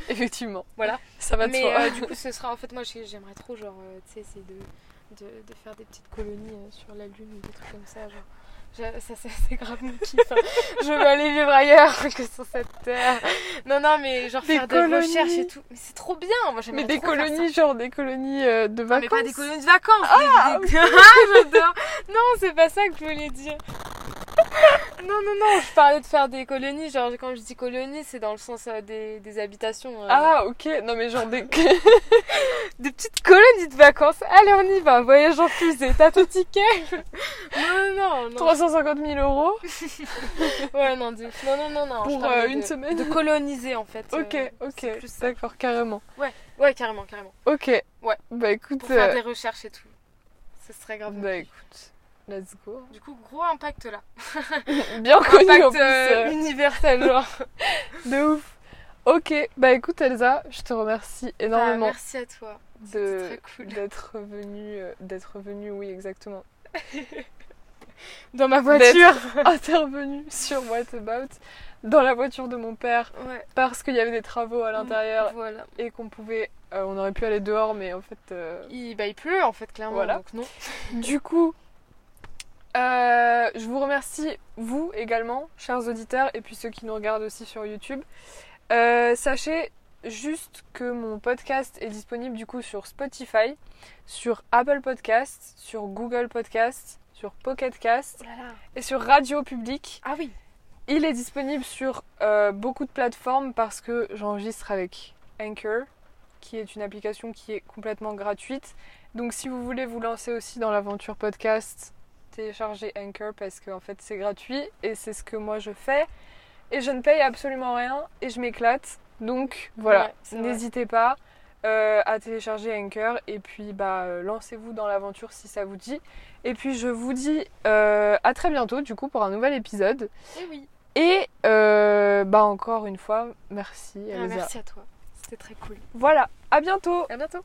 Speaker 1: Effectivement.
Speaker 2: Voilà.
Speaker 1: Ça va de
Speaker 2: mais
Speaker 1: soi.
Speaker 2: euh, du coup, ce sera en fait, moi j'ai- j'aimerais trop, genre, euh, tu sais, essayer de, de, de faire des petites colonies euh, sur la Lune ou des trucs comme ça. Genre, J'a- ça, ça, c'est grave mon kiff. hein. Je veux aller vivre ailleurs que sur cette terre. Non, non, mais genre
Speaker 1: Des
Speaker 2: faire des
Speaker 1: colonies.
Speaker 2: recherches et tout. Mais c'est trop bien. Moi j'aimerais
Speaker 1: mais des
Speaker 2: trop faire ça.
Speaker 1: colonies, genre des colonies euh, de
Speaker 2: Non,
Speaker 1: vacances.
Speaker 2: mais pas des colonies de vacances. des- des- Ah, j'adore. Non, c'est pas ça que je voulais dire. Non, non, non, je parlais de faire des colonies. Genre, quand je dis colonies, c'est dans le sens euh, des, des habitations. euh,
Speaker 1: Ah, ok. Non, mais genre des.
Speaker 2: des petites colonies de vacances. Allez, on y va, voyage en fusée, t'as ton ticket. non, non, non,
Speaker 1: 350 000 euros
Speaker 2: non. Ouais, non, de ouf. non, non, non, non. je
Speaker 1: pour
Speaker 2: parlais
Speaker 1: euh, une
Speaker 2: de,
Speaker 1: semaine.
Speaker 2: de coloniser en fait.
Speaker 1: Ok,
Speaker 2: euh,
Speaker 1: ok.
Speaker 2: c'est plus ça.
Speaker 1: D'accord, carrément.
Speaker 2: Ouais, carrément, carrément.
Speaker 1: Ok.
Speaker 2: Ouais.
Speaker 1: Bah écoute.
Speaker 2: Pour faire
Speaker 1: euh,
Speaker 2: des recherches et tout. Ce serait grave.
Speaker 1: Bah écoute. Let's go.
Speaker 2: Du coup, gros impact là.
Speaker 1: Bien connu en
Speaker 2: Impact
Speaker 1: plus.
Speaker 2: euh,
Speaker 1: euh,
Speaker 2: universel, genre.
Speaker 1: De ouf. Ok, bah écoute Elsa, je te remercie
Speaker 2: Bah,
Speaker 1: énormément
Speaker 2: merci à toi.
Speaker 1: de
Speaker 2: C'était très cool.
Speaker 1: d'être venue, euh, d'être venue, oui exactement,
Speaker 2: Dans ma
Speaker 1: voiture. intervenue sur What About dans la voiture de mon père
Speaker 2: Ouais,
Speaker 1: parce qu'il y avait des travaux à l'intérieur
Speaker 2: voilà.
Speaker 1: et qu'on pouvait, euh, on aurait pu aller dehors mais en fait, euh,
Speaker 2: Il, bah, il pleut en fait, clairement.
Speaker 1: Voilà.
Speaker 2: Donc, non.
Speaker 1: du coup, euh, je vous remercie vous également, chers auditeurs et puis ceux qui nous regardent aussi sur YouTube. Euh, sachez juste que mon podcast est disponible du coup sur Spotify, sur Apple Podcast, sur Google Podcast, sur Pocket Cast et sur Radio Public.
Speaker 2: Ah oui.
Speaker 1: Il est disponible sur euh, beaucoup de plateformes parce que j'enregistre avec Anchor, qui est une application qui est complètement gratuite. Donc si vous voulez vous lancer aussi dans l'aventure podcast, téléchargez Anchor parce qu'en fait c'est gratuit et c'est ce que moi je fais. Et je ne paye absolument rien et je m'éclate. Donc voilà,
Speaker 2: Ouais, c'est vrai.
Speaker 1: n'hésitez pas euh, à télécharger Anchor et puis bah, euh, lancez-vous dans l'aventure si ça vous dit. Et puis je vous dis euh, à très bientôt du coup pour un nouvel épisode.
Speaker 2: Et oui.
Speaker 1: Et euh, bah encore une fois, merci
Speaker 2: Ah,
Speaker 1: Elsa.
Speaker 2: merci à toi. C'était très cool.
Speaker 1: Voilà, à bientôt
Speaker 2: À bientôt.